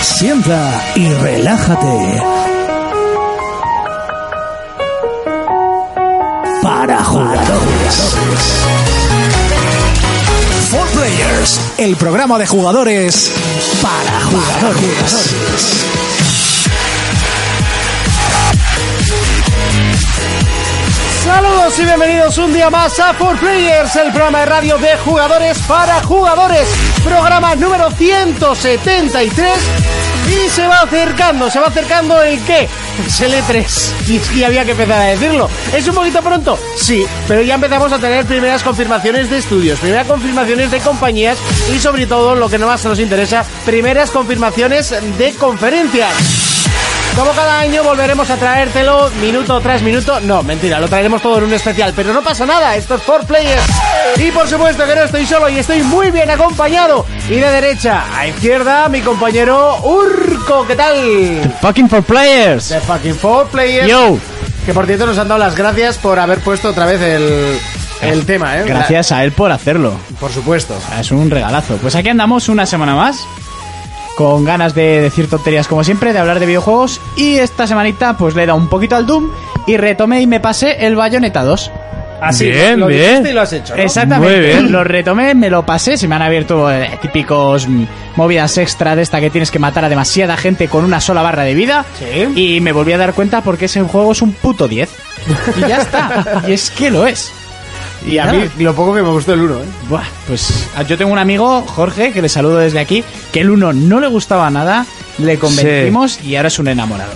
Sienta y relájate. Para jugadores. Four Players, el programa de jugadores para jugadores. Saludos y bienvenidos un día más a 4Players, el programa de radio de jugadores para jugadores. Programa número 173 y se va acercando, se va acercando el qué? El L3. Y es que había que empezar a decirlo. ¿Es un poquito pronto? Sí, pero ya empezamos a tener primeras confirmaciones de estudios, primeras confirmaciones de compañías y sobre todo, lo que no más nos interesa, primeras confirmaciones de conferencias. Como cada año volveremos a traértelo minuto tras minuto. No, mentira, lo traeremos todo en un especial, pero no pasa nada, estos es 4Players. Y por supuesto que no estoy solo y estoy muy bien acompañado. Y de derecha a izquierda, mi compañero Urco, ¿qué tal? Fucking for players. The fucking 4Players. Yo. Que por cierto nos han dado las gracias por haber puesto otra vez el, el tema, ¿eh? Gracias a él por hacerlo. La- por supuesto. Es un regalazo. Pues aquí andamos una semana más. Con ganas de decir tonterías como siempre, de hablar de videojuegos. Y esta semanita pues le he dado un poquito al Doom. Y retomé y me pasé el Bayonetta 2. Así Bien, lo, lo bien. dijiste y lo has hecho. ¿no? Exactamente. Muy bien. Lo retomé, me lo pasé. Se me han abierto eh, típicos mm, movidas extra de esta que tienes que matar a demasiada gente con una sola barra de vida. Sí. Y me volví a dar cuenta porque ese juego es un puto 10. Y ya está. y es que lo es. Y a mí lo poco que me gustó el 1, ¿eh? Buah, pues ah, yo tengo un amigo, Jorge, que le saludo desde aquí, que el uno no le gustaba nada, le convencimos y ahora es un enamorado.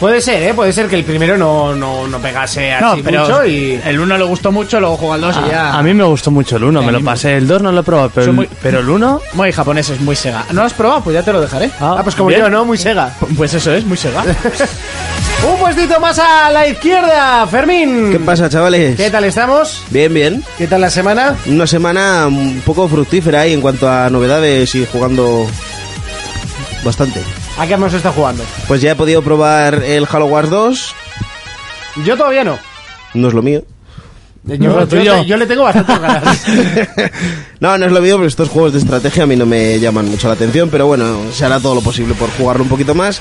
Puede ser, ¿eh? Puede ser que el primero no, no, no pegase así No, pero mucho y... el uno le gustó mucho, luego jugó al 2 y ya... A mí me gustó mucho el 1, Sí, a me mí lo me pasé. El 2 no lo he probado, pero, Soy el- muy- pero el 1. Muy japonés, es muy Sega. ¿No lo has probado? Pues ya te lo dejaré. Ah, pues como bien. yo, ¿no? Muy Sega. Pues eso es, muy Sega. Un puestito más a la izquierda, Fermín. ¿Qué pasa, chavales? ¿Qué tal estamos? Bien, bien. ¿Qué tal la semana? Una semana un poco fructífera ahí en cuanto a novedades y jugando bastante. ¿A qué hemos estado jugando? Pues ya he podido probar el Halo Wars 2, Yo todavía no. no es lo mío. Yo, lo yo tuyo. te- yo le tengo bastante ganas. No, no es lo mío, pero estos juegos de estrategia a mí no me llaman mucho la atención, pero bueno, se hará todo lo posible por jugarlo un poquito más.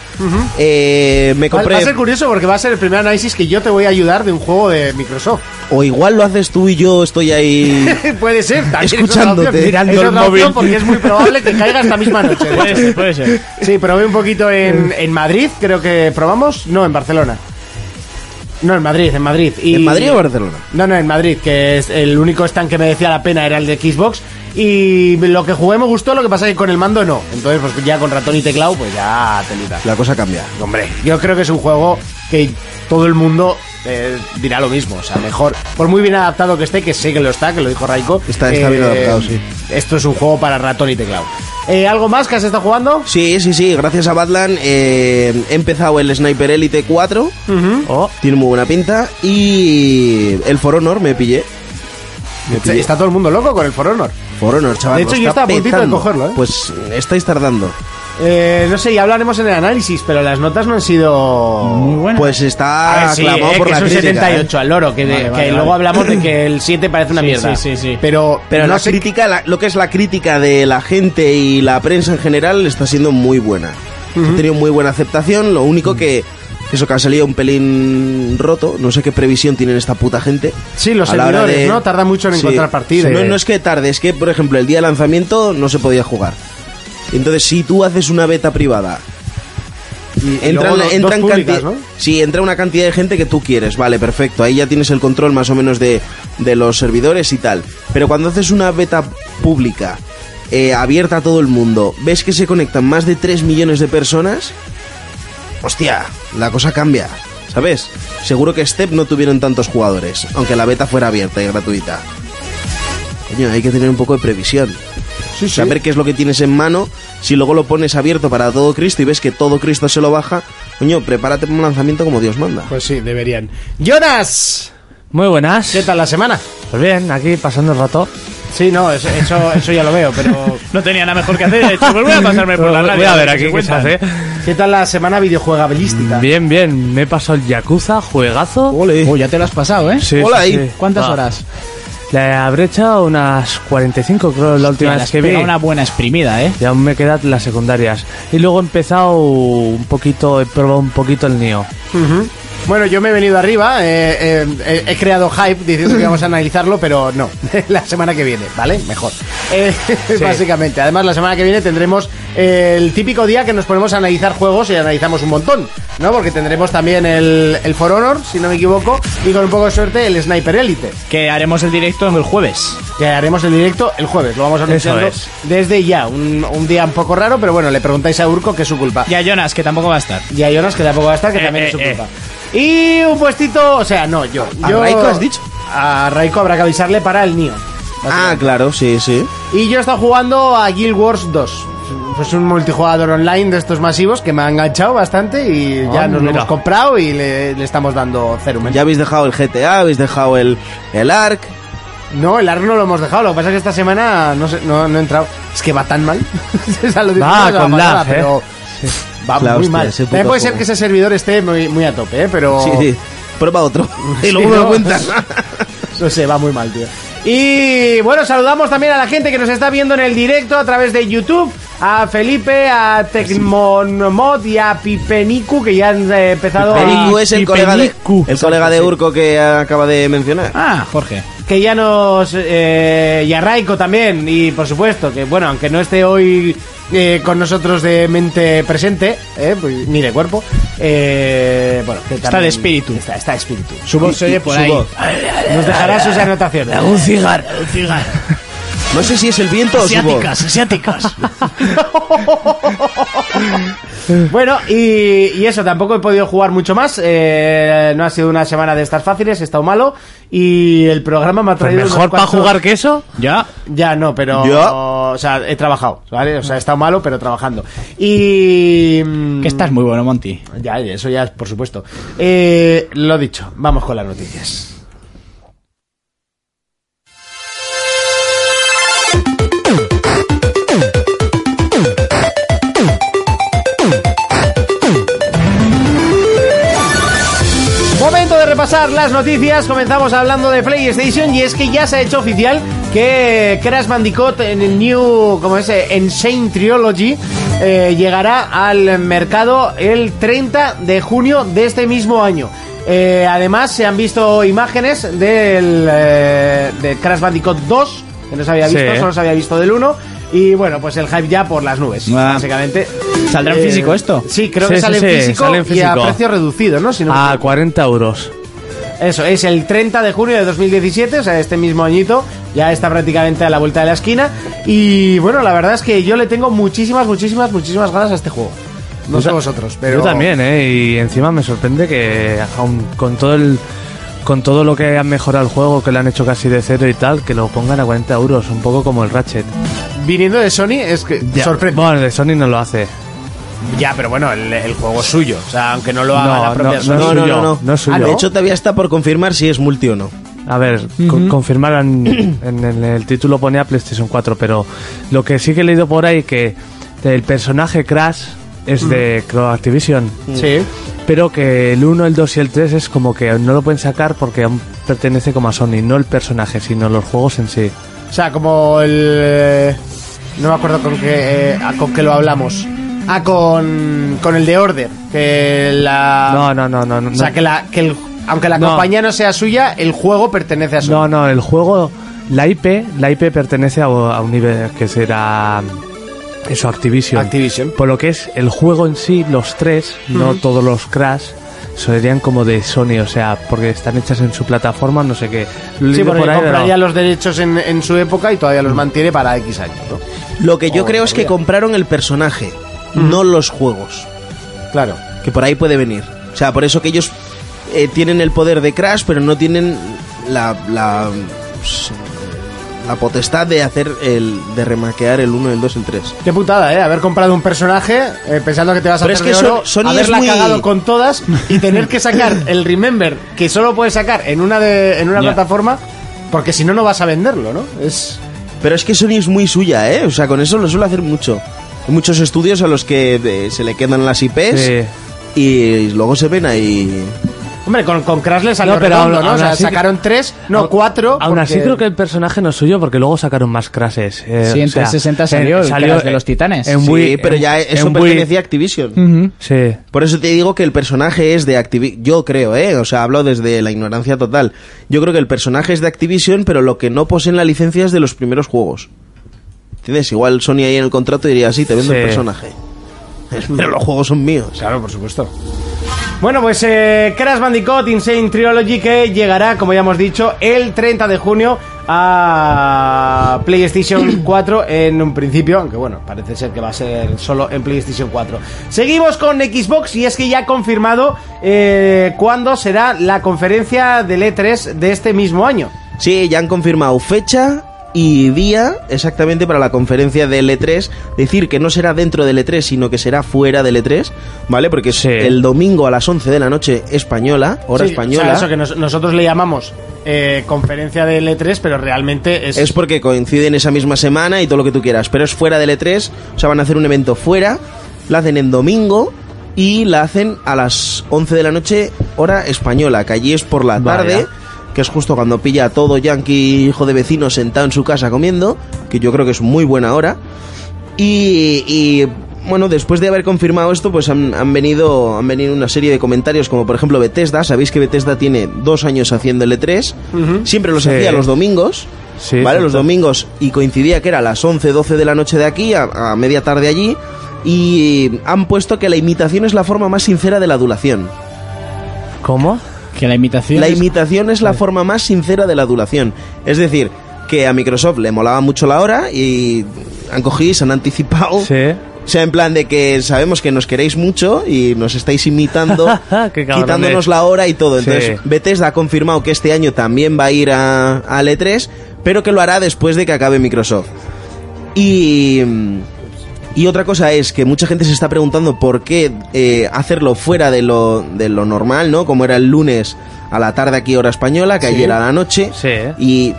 Eh, me Va, compré... va a ser curioso porque va a ser el primer análisis que yo te voy a ayudar de un juego de Microsoft. O igual lo haces tú y yo estoy ahí... Puede ser, también es otra Escuchándote. opción. Mirando Es el otra opción móvil. porque es muy probable que caiga esta misma noche. puede ser, puede ser. Sí, probé un poquito en, en Madrid, creo que probamos. No, en Barcelona. No, en Madrid, en Madrid. Y- ¿En Madrid o Barcelona? No, no, en Madrid, que es el único stand que me decía la pena era el de Xbox. Y lo que jugué me gustó, lo que pasa es que con el mando no. Entonces, pues ya con ratón y teclado, pues ya telita. La cosa cambia. Hombre, yo creo que es un juego que todo el mundo eh, dirá lo mismo. O sea, mejor, por muy bien adaptado que esté, que sé que lo está, que lo dijo Raiko. eh, Está- está bien adaptado, sí. Esto es un juego para ratón y teclado. Eh, ¿Algo más que has estado jugando? Sí, sí, sí, gracias a Badland eh, he empezado el Sniper Elite 4. Oh, Tiene muy buena pinta. Y el For Honor me pillé. Me Sí, pillé. Está todo el mundo loco con el For Honor. For Honor, chaval. De hecho, lo yo está estaba a puntito de petando. cogerlo, ¿eh? Pues estáis tardando. Eh, no sé, ya hablaremos en el análisis, pero las notas no han sido... Muy bueno. Pues A está ver, sí, clamado eh, por que la es un crítica. 78 al loro, que, de- Vale, que vale, luego vale. hablamos de que el 7 parece una Sí, mierda. sí, sí, sí. Pero, Pero no la sé- crítica, la- lo que es la crítica de la gente y la prensa en general está siendo muy buena. Ha tenido muy buena aceptación, lo único Mm. que... que Eso que ha salido un pelín roto, no sé qué previsión tienen esta puta gente. Sí, los a la hora servidores, ¿no? Tarda mucho en encontrar partida. No, no es que tarde, es que, por ejemplo, el día de lanzamiento no se podía jugar. Entonces, si tú haces una beta privada y- y Entran, luego dos- entran dos públicas, canti- ¿no? Sí, entra una cantidad de gente que tú quieres, vale, perfecto. Ahí ya tienes el control más o menos de, de los servidores y tal. Pero cuando haces una beta pública, eh, abierta a todo el mundo, ves que se conectan más de 3 millones de personas, hostia, la cosa cambia, ¿sabes? Seguro que Step no tuvieron tantos jugadores, aunque la beta fuera abierta y gratuita. Coño, hay que tener un poco de previsión Sí, sí. saber qué es lo que tienes en mano. Si luego lo pones abierto para todo Cristo y ves que todo Cristo se lo baja, coño, prepárate para un lanzamiento como Dios manda. Pues sí, deberían. Jonas, muy buenas. ¿qué tal la semana? Pues bien, aquí pasando el rato. Sí, no, eso, eso, eso ya lo veo, pero... No tenía nada mejor que hacer. he dicho, pues voy a pasarme por la radio. Voy a ver ver aquí qué qué se cuentan. hace. ¿Qué tal la semana videojuegabilística? Bien, bien. Me he pasado el Yakuza, juegazo. Ole. Uy, ya te lo has pasado, ¿eh? Sí, Hola sí, ahí. sí. ¿Cuántas Ah, horas? Le habré echado unas 45, creo, la última Hostia, le vez has que vi. pegado una buena exprimida, ¿eh? Y aún me quedan las secundarias. Y luego he empezado un poquito, he probado un poquito el Nio. Ujú. Bueno, yo me he venido arriba, eh, eh, eh, he creado hype diciendo que vamos a analizarlo, pero no, la semana que viene, ¿vale? Mejor. Eh, Básicamente, además la semana que viene tendremos eh, el típico día que nos ponemos a analizar juegos y analizamos un montón, ¿no? Porque tendremos también el, el For Honor, si no me equivoco, y con un poco de suerte el Sniper Elite, Que haremos el directo el jueves. que haremos el directo el jueves, lo vamos a anunciando es. desde ya, un, un día un poco raro, pero bueno, le preguntáis a Urco que es su culpa. Y a Jonas, que tampoco va a estar. Y a Jonas, que tampoco va a estar, que Eh, también eh, es su eh. culpa. Y un puestito, o sea, no, yo. ¿A yo- Raiko has dicho? A Raiko habrá que avisarle para el Nio. Ah, claro, sí, sí. Y yo he estado jugando a Guild Wars 2. Pues un multijugador online de estos masivos que me ha enganchado bastante y ya Ah, nos lo mira. hemos comprado y le, le estamos dando cero. Ya habéis dejado el GTA, habéis dejado el, el ARC. No, el ARC no lo hemos dejado. Lo que pasa es que esta semana no, sé, no, no he entrado. Es que va tan mal. O sea, lo dijimos Va, la con pasada, lag, ¿eh? pero Va La muy hostia, mal. ese puto También puede ser juego. que ese servidor esté muy, muy a tope, ¿eh? pero... Sí, sí. Prueba otro. Y luego Sí, me lo ¿no? cuentas. No sé, va muy mal, tío. Y bueno, saludamos también a la gente que nos está viendo en el directo a través de YouTube, a Felipe, a Tecmonomod y a Pipeniku, que ya han eh, empezado Perico a, es el colega de, Pipenicu. el colega de Urco que acaba de mencionar. Ah, Jorge. que ya nos eh, y a Raiko también, y por supuesto, que bueno, aunque no esté hoy eh, con nosotros de mente presente, eh, pues, ni de cuerpo, eh, bueno, que Está también- de espíritu. Está, está de espíritu. Su voz se oye por Su ahí. voz. Nos dejará sus anotaciones. Un cigarro. Un cigarro. No sé si es el viento o su voz. Asiáticas, asiáticas. Bueno, y, y eso, tampoco he podido jugar mucho más. eh, no ha sido una semana de estas fáciles, he estado malo. Y el programa me ha traído. unos Pues Mejor para cuantos- jugar que eso. Ya. Ya no, pero. Ya. O sea, he trabajado, ¿vale? O sea, he estado malo, pero trabajando. Y. mm, Que estás muy bueno, Monty. Ya, eso ya, por supuesto. Eh, lo dicho, vamos con las noticias. Momento de repasar las noticias. Comenzamos hablando de PlayStation y es que ya se ha hecho oficial que Crash Bandicoot en el New, como es, Eh, Insane Trilogy eh, llegará al mercado el 30 de junio de este mismo año. Eh, además se han visto imágenes del eh, de Crash Bandicoot 2 que no se había Sí. visto, solo se había visto del 1 y bueno, pues el hype ya por las nubes, Ah. básicamente. Eh, ¿Saldrá en físico esto? Sí, creo Sí, que sí, sale, en sí, físico sale en y a físico. Ah, precio reducido, ¿no? Si no me A 40 euros. eso, es el 30 de junio de 2017, o sea, este mismo añito, ya está prácticamente a la vuelta de la esquina. Y bueno, la verdad es que yo le tengo muchísimas, muchísimas, muchísimas ganas a este juego. No Yo sé ta- vosotros, pero. Yo también, ¿eh? Y encima me sorprende que aun con todo el... Con todo lo que han mejorado el juego, que lo han hecho casi de cero y tal, que lo pongan a 40 euros, un poco como el Ratchet. Viniendo de Sony, es que Ya. sorprende. Bueno, de Sony no lo hace. Ya, pero bueno, el, el juego es suyo, o sea, aunque no lo haga No, la propia no, Sony. no, No, no, suyo, no, no. no es suyo. Ah, De hecho, todavía está por confirmar si es multi o no. A ver, co- confirmaran en, en el título ponía PlayStation 4, pero lo que sí que he leído por ahí que el personaje Crash es de creo, Activision, Sí. pero que el 1, el 2 y el 3 es como que no lo pueden sacar porque aún pertenece como a Sony, no el personaje, sino los juegos en sí. O sea, como el. eh, No me acuerdo con qué, eh, ah, con qué lo hablamos. Ah, con, con el de Order. Que la. No, no, no, no. no O sea, que, la, que el- aunque la No. compañía no sea suya, el juego pertenece a Sony. No, no, el juego, la IP, la IP pertenece a, a un nivel que será mm, eso, Activision. Activision. Por lo que es el juego en sí, los tres, no todos los Crash, serían como de Sony, o sea, porque están hechas en su plataforma, no sé qué. Lo he Sí, leído porque por ahí, pero- compraría los derechos en, en su época y todavía los mantiene para X años, ¿no? Lo que yo creo es que compraron el personaje, no los juegos. Claro. Que por ahí puede venir. O sea, por eso que ellos eh, tienen el poder de Crash, pero no tienen la, la, pues, la potestad de hacer el. de remaquear el 1, el 2, el 3. Qué putada, ¿eh? Haber comprado un personaje eh, pensando que te vas a Pero hacer es que de oro, Sony- Sony haberla es muy- cagado con todas y tener que sacar el Remember que solo puedes sacar en una de en una Ya. plataforma porque si no no vas a venderlo, ¿no? Es Pero es que Sony es muy suya, ¿eh? O sea, con eso lo suele hacer mucho. Hay muchos estudios a los que eh, se le quedan las IPs Sí. y luego se ven ahí. Hombre, con, con Crash le salió No, pero redondo, aún- ¿no? O aún sea, así- sacaron tres, no, Aún- cuatro. Aún así porque- creo que el personaje no es suyo porque luego sacaron más crases. Eh, Sí, en 360 salió el Crash de eh, los Titanes. en Sí, Wii- pero en- ya eso en Wii- pertenecía a Activision. Ujú. Sí. Por eso te digo que el personaje es de Activision. Yo creo, ¿eh? O sea, hablo desde la ignorancia total. Yo creo que el personaje es de Activision, pero lo que no poseen la licencia es de los primeros juegos. ¿Entiendes? Igual Sony ahí en el contrato diría, sí, te vendo Sí. el personaje. Pero los juegos son míos. Claro, por supuesto. Bueno, pues eh, Crash Bandicoot Insane Trilogy que llegará, como ya hemos dicho, el 30 de junio a PlayStation 4 en un principio, aunque bueno, parece ser que va a ser solo en PlayStation 4. Seguimos con Xbox y es que ya ha confirmado eh, cuándo será la conferencia del E3 de este mismo año. Sí, ya han confirmado fecha y día exactamente para la conferencia del E3. Decir que no será dentro del E3, sino que será fuera del E3, ¿vale? Porque es Sí. el domingo a las 11 de la noche española, hora Sí, española. o sea, eso que nos- nosotros le llamamos eh, conferencia del E3, pero realmente es... Es porque coinciden esa misma semana y todo lo que tú quieras. Pero es fuera del E3, o sea, van a hacer un evento fuera, la hacen en domingo y la hacen a las 11 de la noche, hora española, que allí es por la Vaya. tarde, que es justo cuando pilla a todo yankee hijo de vecino sentado en su casa comiendo, que yo creo que es muy buena hora. Y, y, bueno, después de haber confirmado esto, pues han, han venido, han venido una serie de comentarios, como por ejemplo Bethesda. Sabéis que Bethesda tiene dos años haciendo el E3. Siempre los Sí. hacía los domingos. Sí, ¿Vale? cierto. Los domingos. Y coincidía que era a las 11, 12 de la noche de aquí, a, a media tarde allí. Y han puesto que la imitación es la forma más sincera de la adulación. ¿Cómo? Que la imitación. La es- imitación es la forma más sincera de la adulación. Es decir, que a Microsoft le molaba mucho la hora y han cogido y se han Oh. anticipado. Sí. O sea, en plan de que sabemos que nos queréis mucho y nos estáis imitando, Qué cabrones. quitándonos la hora y todo. Sí. Entonces, Bethesda ha confirmado que este año también va a ir a, a E3, pero que lo hará después de que acabe Microsoft. Y... mm, Y otra cosa es que mucha gente se está preguntando por qué eh, hacerlo fuera de lo, de lo normal, ¿no? Como era el lunes a la tarde aquí hora española, que ayer a la noche. Sí. Y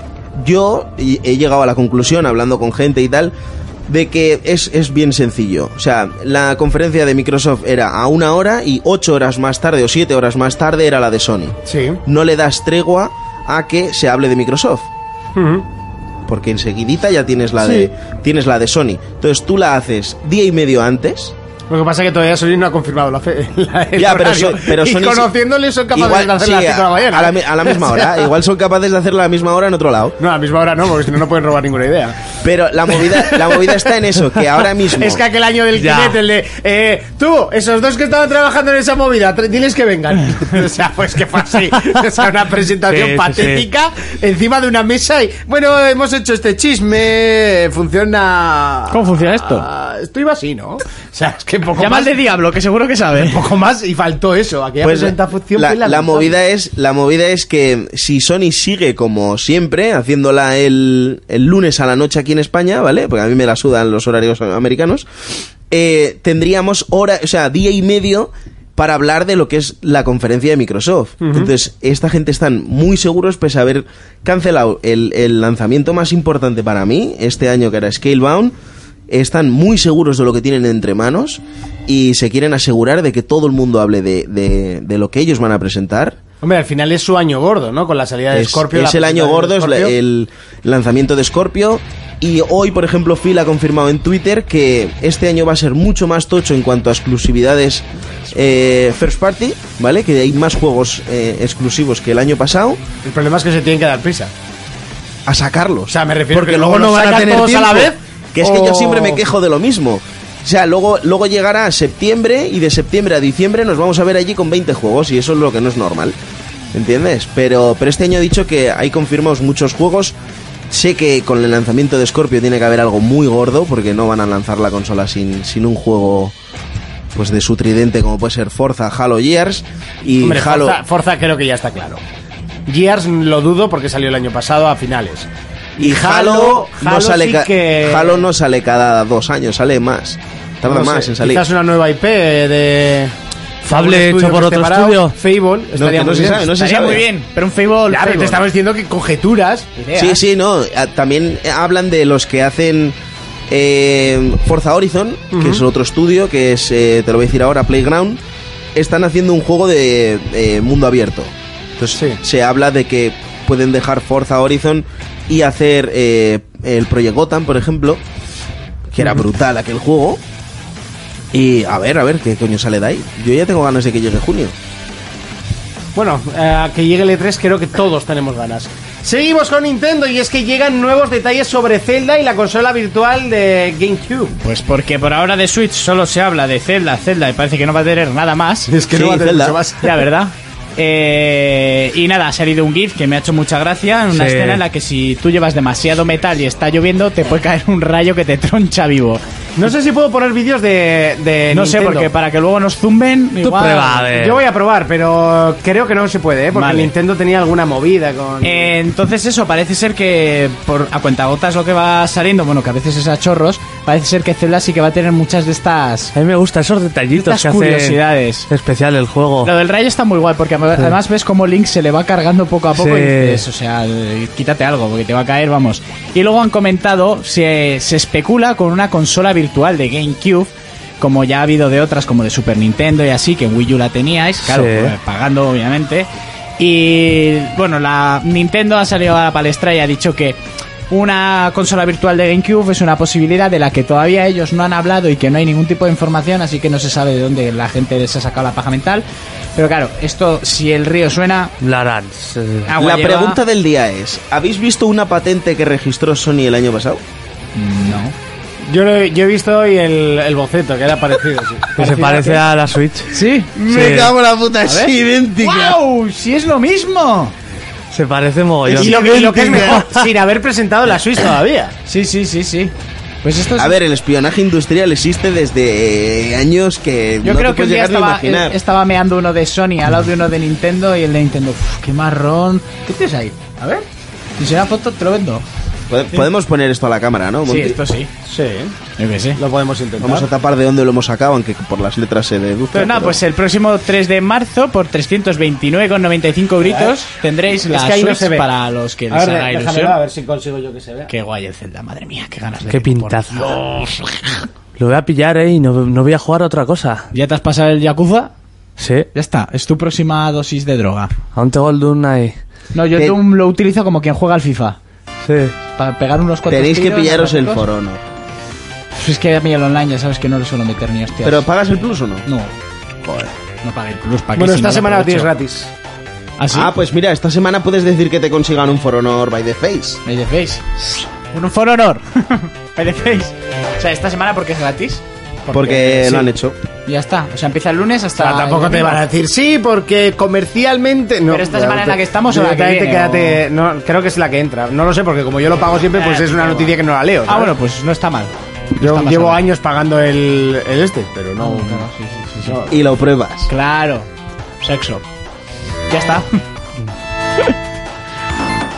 yo y- he llegado a la conclusión, hablando con gente y tal, de que es, es bien sencillo. O sea, la conferencia de Microsoft era a una hora y ocho horas más tarde o siete horas más tarde era la de Sony. Sí. No le das tregua a que se hable de Microsoft. Porque enseguidita ya tienes la, de, tienes la de Sony. Entonces tú la haces día y medio antes. Lo que pasa es que todavía Sony no ha confirmado la fe. la- el Ya, pero, horario. so- pero y Sony sí- conociéndole son capaces igual- de hacerla sí, a las 5 de la mañana. a la mi- a la misma hora. ¿eh? Igual son capaces de hacerla a la misma hora en otro lado. No, a la misma hora no, porque si no, no pueden robar ninguna idea. Pero la movida, la movida está en eso, que ahora mismo... Es que aquel año del Ya. Kinect, el de... Eh, tú, esos dos que estaban trabajando en esa movida, tre- diles que vengan. o sea, pues que fue así. O sea, una presentación Sí, sí, patética encima de una mesa y... Bueno, hemos hecho este chisme, funciona... ¿Cómo funciona esto? Ah, esto iba así, ¿no? O sea, es que poco Llama al más... de Diablo, que seguro que sabe. Poco más y faltó eso, aquella Pues presentación la, fue la lamentable. movida es, la movida es que si Sony sigue como siempre, haciéndola el, el lunes a la noche aquí en España, ¿vale? Porque a mí me la sudan los horarios americanos, eh, tendríamos hora, o sea, día y medio para hablar de lo que es la conferencia de Microsoft. Entonces, esta gente están muy seguros, pese a haber cancelado el, el lanzamiento más importante para mí, este año que era Scalebound, están muy seguros de lo que tienen entre manos y se quieren asegurar de que todo el mundo hable de, de- de lo que ellos van a presentar. Hombre, al final es su año gordo, ¿no? Con la salida de Es, Scorpio. es la el año presentación gordo, de es la- Scorpio. el lanzamiento de Scorpio. Y hoy, por ejemplo, Phil ha confirmado en Twitter que este año va a ser mucho más tocho en cuanto a exclusividades eh, first party, ¿vale? Que hay más juegos eh, exclusivos que el año pasado. El problema es que se tienen que dar prisa. A sacarlos. O sea, me refiero porque que luego no los van a sacan tener todos tiempo. a la vez. Que es que yo o- siempre me quejo de lo mismo. O sea, luego, luego llegará septiembre y de septiembre a diciembre nos vamos a ver allí con 20 juegos y eso es lo que no es normal. ¿Entiendes? Pero, pero este año he dicho que hay confirmados muchos juegos. Sé que con el lanzamiento de Scorpio tiene que haber algo muy gordo porque no van a lanzar la consola sin, sin un juego pues de su tridente como puede ser Forza, Halo Years y Hombre, Halo... Forza, Forza creo que ya está claro. Gears lo dudo porque salió el año pasado a finales. Y Halo, no Halo sale sí ca- que- Halo no sale cada dos años, sale más. Tarda no sé, más en salir. Quizás una nueva IP de... Fable algún hecho estudio por que esté otro parado. estudio. Fable. estaría que no muy se bien. sabe, no se Estaría sabe. muy bien, pero un Fable. Ya, pero te Fable. estaba diciendo que conjeturas. Sí, sí, no. a- También hablan de los que hacen eh, Forza Horizon, que es otro estudio, que es, eh, te lo voy a decir ahora, Playground. están haciendo un juego de eh, mundo abierto. Entonces Sí. se habla de que pueden dejar Forza Horizon y hacer eh, el Project Gotham, por ejemplo, que era brutal aquel juego. Y a ver, a ver, ¿qué coño sale de ahí? Yo ya tengo ganas de que llegue junio. Bueno, a que llegue el E3 creo que todos tenemos ganas. Seguimos con Nintendo y es que llegan nuevos detalles sobre Zelda y la consola virtual de GameCube. Pues porque por ahora de Switch solo se habla de Zelda, Zelda, y parece que no va a tener nada más. Es que Sí, no va a tener Zelda. mucho más. La verdad. Eh, y nada, ha salido un GIF que me ha hecho mucha gracia. Una Sí. escena en la que si tú llevas demasiado metal y está lloviendo, te puede caer un rayo que te troncha vivo. No sé si puedo poner vídeos de, de No sé, Nintendo. porque para que luego nos zumben. igual- prueba, a ver. Yo voy a probar, pero creo que no se puede, ¿eh? porque Vale. Nintendo tenía alguna movida con... Eh, entonces eso, parece ser que por a cuentagotas lo que va saliendo, bueno, que a veces es a chorros, parece ser que Zelda sí que va a tener muchas de estas... A mí me gustan esos detallitos Estas que hace curiosidades. especial el juego. Lo del rayo está muy guay porque ama- además ves cómo Link se le va cargando poco a poco y Sí. dices, o sea, eh, quítate algo porque te va a caer, vamos. Y luego han comentado, se, se especula con una consola virtual de GameCube, como ya ha habido de otras como de Super Nintendo y así, que en Wii U la teníais, claro, Sí. pues, pagando obviamente. Y bueno, la Nintendo ha salido a la palestra y ha dicho que una consola virtual de GameCube es una posibilidad de la que todavía ellos no han hablado y que no hay ningún tipo de información, así que no se sabe de dónde la gente les ha sacado la paja mental. Pero claro, esto si el río suena, La eh, harán, sí. agua la lleva. pregunta del día es, ¿habéis visto una patente que registró Sony el año pasado? No. Yo, lo he- yo he visto hoy el, el boceto, que era parecido. sí. Que se parece a la Switch. Sí. Sí. en la puta, es idéntica. ¡Wow! Si es lo mismo. Se parece mogollón. Y lo que, lo que es mejor, sin haber presentado la Switch todavía. Sí, sí, sí, sí. Pues esto es A ver, el espionaje industrial existe desde eh, años que Yo no creo te que un puedes día llegar ni a estaba, imaginar. eh, estaba meando uno de Sony al lado de uno de Nintendo y el de Nintendo, "Uf, qué marrón. ¿Qué tienes ahí? A ver. Si será foto, te lo vendo. Pod- Podemos poner esto a la cámara, ¿no? Sí, Monty? esto sí. Sí, Yo que sé. lo podemos intentar. Vamos a tapar de dónde lo hemos sacado, aunque por las letras se deduce. Pero nada, pero- eh, pues el próximo 3 de marzo, por 329,95 gritos, tendréis la Es que ahí no Switch se ve. para los que A les ver, haga déjame ilusión. ver, a ver si consigo yo que se vea. Qué guay el Zelda, madre mía, qué ganas de Qué por pintaza. Dios. Lo voy a pillar, eh, y no, no voy a jugar a otra cosa. ¿Ya te has pasado el Yakuza? Sí. Ya está, es tu próxima dosis de droga. Aún tengo el Doom ahí. No, yo Te- Doom lo utilizo como quien juega al FIFA. Sí. Para pegar unos cuantos Tenéis que tiros, pillaros el ¿no? forono. Pues es que a mí el online ya sabes que no lo suelo meter ni hostias. ¿Pero pagas el plus o no? ¿Ah, No, Joder. no pagué el plus. ¿para qué Bueno, si esta no lo semana lo tienes aprovecho? gratis. ¿Ah, sí? Ah, pues mira, esta semana puedes decir que te consigan un For Honor by the Face. Me decís. Un For Honor. Me decís. O sea, esta semana porque es gratis. Porque, lo han hecho. Ya está. O sea, empieza el lunes hasta. Ah, tampoco el te domingo. van a decir sí porque comercialmente no. Pero esta semana en la que estamos o la que Directamente viene, quédate, no, creo que es la que entra. No lo sé porque como yo lo pago siempre pues Eh, es una da noticia igual. que no la leo. Ah, ¿sabes? bueno, pues no está mal. yo está llevo pasando. años pagando el, el este, pero no. Claro, sí, sí, sí, sí. Y lo pruebas. Claro. Sexo. Ya está.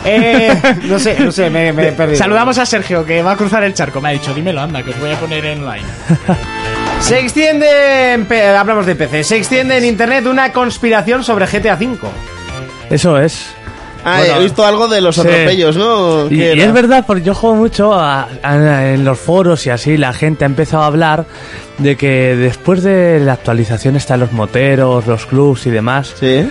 eh. No sé, no sé, me, me he perdido. Saludamos a Sergio que va a cruzar el charco. Me ha dicho, dímelo, anda, que os voy a poner en line. Se extiende, en P- hablamos de PC, se extiende en internet una conspiración sobre GTA V. Eso es. Ah, Bueno, he visto algo de los sí. atropellos, ¿no? Y, ¿Qué y era? es verdad, porque yo juego mucho a- a- en los foros y así, la gente ha empezado a hablar de que después de la actualización están los moteros, los clubs y demás, Sí.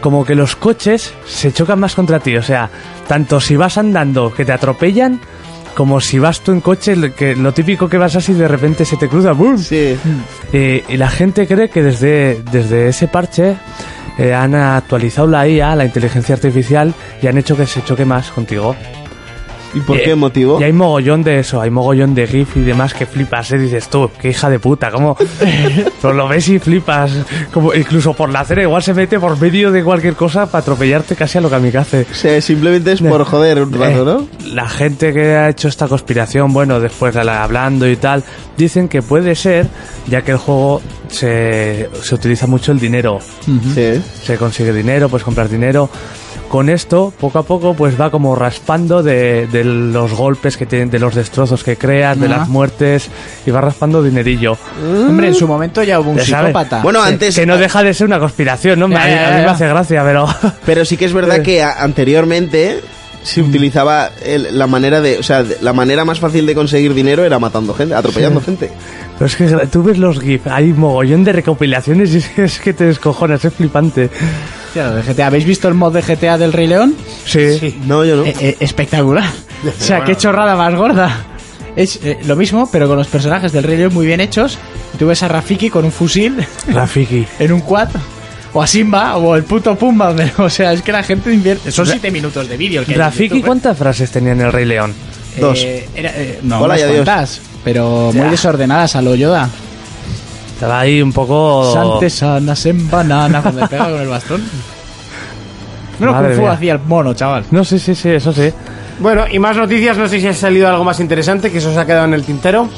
como que los coches se chocan más contra ti, o sea, tanto si vas andando que te atropellan, como si vas tú en coche, lo que, lo típico que vas así de repente se te cruza, ¡bum! Sí. Eh, y la gente cree que desde, desde ese parche eh, han actualizado la IA, la inteligencia artificial, y han hecho que se choque más contigo. ¿Y por Eh, qué motivo? Y hay mogollón de eso, hay mogollón de GIF y demás que flipas, ¿eh? dices tú, qué hija de puta, ¿cómo? pues lo ves y flipas, como incluso por la acera igual se mete por medio de cualquier cosa para atropellarte casi a lo kamikaze. O sea, simplemente es por joder un rato, ¿no? Eh, la gente que ha hecho esta conspiración, bueno, después de la- hablando y tal, dicen que puede ser, ya que el juego se, se utiliza mucho el dinero, Sí. se consigue dinero, puedes comprar dinero. Con esto, poco a poco, pues va como raspando de, de los golpes que tienen, de los destrozos que creas, de Ajá. Mm. las muertes, y va raspando dinerillo. Hombre, en su momento ya hubo un Ya sabes. psicópata. Bueno, Que- antes. Que no deja de ser una conspiración, ¿no? A mí- Ya, ya, a mí ya. me hace gracia, pero... Pero Eh. sí que es verdad que a- anteriormente se utilizaba el- la manera de, o sea, de- la manera más fácil de conseguir dinero era matando gente, atropellando gente. Pero es que gra- tú ves los GIF, hay mogollón de recopilaciones y es- es que te descojonas, es flipante. Hostia, lo de GTA. ¿Habéis visto el mod de GTA del Rey León? Sí. No, yo no. Eh, eh, espectacular. O sea, qué chorrada más gorda. Es eh, lo mismo, pero con los personajes del Rey León muy bien hechos. Tú ves a Rafiki con un fusil Rafiki. en un quad. O a Simba, o el puto Pumba. pero, O sea, es que la gente invierte. Son 7 minutos de vídeo. el que hay en Rafiki, YouTube, ¿eh? ¿cuántas frases tenía en El Rey León? Eh, Dos. era, eh, no, Hola unas y adiós. cuantas, pero muy Ya. desordenadas a lo Yoda. Estaba ahí un poco... Santes sanas en banana cuando le pega con el bastón. No lo Madre Kung Fu mía. hacía el mono, chaval. No, sí, sí, sí, eso sí. Bueno, y más noticias, no sé si ha salido algo más interesante que se os ha quedado en el tintero.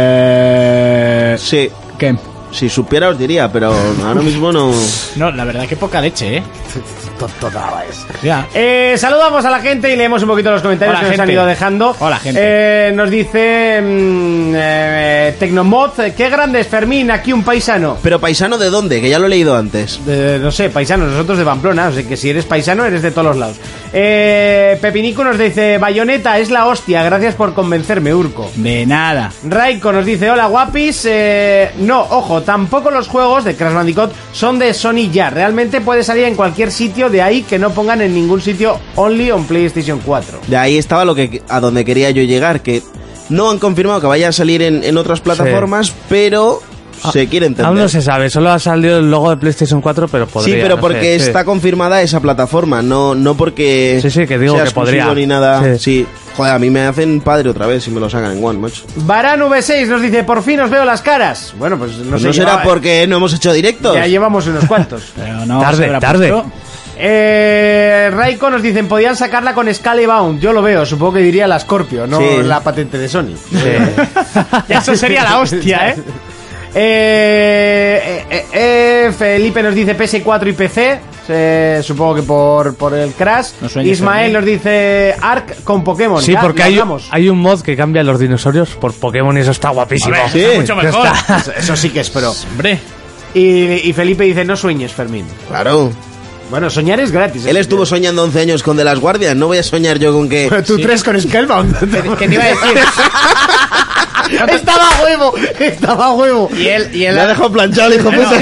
Eh... Sí, ¿Qué? si supiera os diría, pero ahora mismo no. No, la verdad que poca leche, ¿eh? Ya. Eh, saludamos a la gente y leemos un poquito los comentarios Hola, que nos han gente. ido dejando. Hola, gente. Eh, nos dice mm, eh, Tecnomod, eh, qué grande es Fermín, aquí un paisano. Pero paisano de dónde, que ya lo he leído antes. De- no sé, paisano, nosotros de Pamplona, o sea que si eres paisano eres de todos los lados. Eh, Pepinico nos dice, Bayoneta es la hostia, gracias por convencerme, Urco. De nada. Raiko nos dice, hola guapis, eh, no, ojo, tampoco los juegos de Crash Bandicoot son de Sony ya, realmente puede salir en cualquier sitio de ahí que no pongan en ningún sitio Only on PlayStation 4. De ahí estaba lo que a donde quería yo llegar, que no han confirmado que vaya a salir en, en otras plataformas, pero Ah, se quiere entender. Ah, Aún no se sabe, solo ha salido el logo de PlayStation 4, pero podría... sí, pero no porque sé, sí. está confirmada esa plataforma, no, no porque Sí, sí, que digo sea que podría. exclusivo ni nada. Sí. Sí. Joder, a mí me hacen padre otra vez si me lo sacan en One, macho. Baran V6 nos dice, por fin os veo las caras. Bueno, pues no Pues sé. no será lleva- porque no hemos hecho directos. Ya llevamos unos cuantos. Pero no Tarde, se habrá tarde. puesto. Eh, Raiko nos dicen, podían sacarla con Scalebound. Yo lo veo, supongo que diría la Scorpio, no Sí. la patente de Sony. Sí. Eso sería la hostia, ¿eh? Eh, eh, eh, eh, Felipe nos dice PS4 y PC. eh, supongo que por, por el crash. No sueñes, Ismael Fermín. nos dice Ark con Pokémon. Sí, Ya, porque lo hay, hablamos. hay un mod que cambia los dinosaurios por Pokémon y eso está guapísimo. Sí. mucho mejor. Eso, eso sí que es pro. Hombre, Y, y Felipe dice: No sueñes, Fermín. Claro. Bueno, soñar es gratis. ¿eh? Él estuvo soñando 11 años con The Las Guardias, no voy a soñar yo con que... tú tres con Scalebound. ¿Qué te iba a decir? estaba a huevo, estaba a huevo. Y él, y él, Me ha dejado planchado, el hijo puta.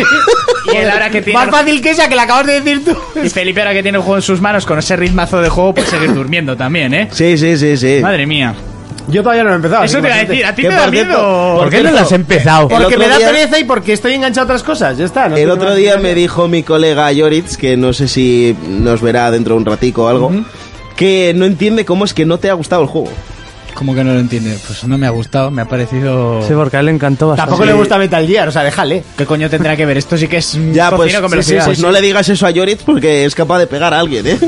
y él ahora que tiene. Más fácil que esa que la acabas de decir tú. Y Felipe ahora que tiene el juego en sus manos con ese ritmazo de juego puede seguir durmiendo también, ¿eh? Sí, sí, sí, sí. Madre mía. Yo todavía no lo he empezado. Eso así te que iba a imagínate. decir, a ti que te da por cierto, miedo. ¿Por qué no cierto, las has empezado? el Porque otro me da día- pereza y porque estoy enganchado a otras cosas. Ya está. no El tengo otro más día que me hacer. dijo mi colega Yoritz, que no sé si nos verá dentro de un ratico o algo, que no entiende cómo es que no te ha gustado el juego. Como que no lo entiende. Pues no me ha gustado, me ha parecido. Sí, porque a él le encantó bastante. Tampoco le gusta Metal Gear, o sea, déjale. ¿Qué coño tendrá que ver? Esto sí que es un Ya, pues, cocino con sí, velocidad. sí, pues no le digas eso a Yoritz porque es capaz de pegar a alguien, ¿eh?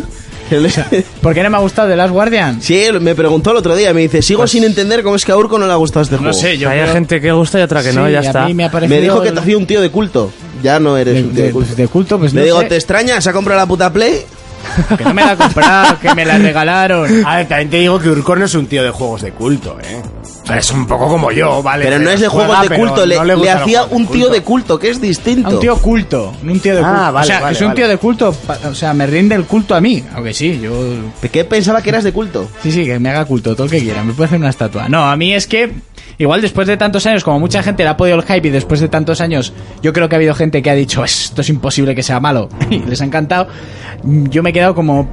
¿Por qué no me ha gustado The Last Guardian? Sí, él me preguntó el otro día, me dice, sigo sin entender cómo es que a Urco no le ha gustado este juego. O sea, hay gente que gusta y otra que no, Sí, ya a está. mí me ha parecido Me dijo que te hacía un tío de culto. Ya no eres de, un tío de de- culto. de culto, pues Le no digo, sé, ¿te extrañas? ¿Ha comprado la puta Play? que no me la ha comprado, que me la regalaron. A ver, también te digo que Urcorn es un tío de juegos de culto, ¿eh. O sea, es un poco como yo, ¿vale? Pero no es de juega, juegos de pero culto, le, no le gustan los hacía juegos un tío de culto, que es distinto. A un tío culto, no un tío de Ah, culto. vale, o sea, vale, es un vale. tío de culto, pa- o sea, me rinde el culto a mí, aunque sí, yo ¿De ¿Qué pensaba que eras de culto? Sí, sí, que me haga culto, todo el que quiera, me puede hacer una estatua. No, a mí es que, igual después de tantos años, como mucha gente le ha podido el hype y después de tantos años, yo creo que ha habido gente que ha dicho, esto es imposible que sea malo, y les ha encantado. Mm, Yo me he quedado como...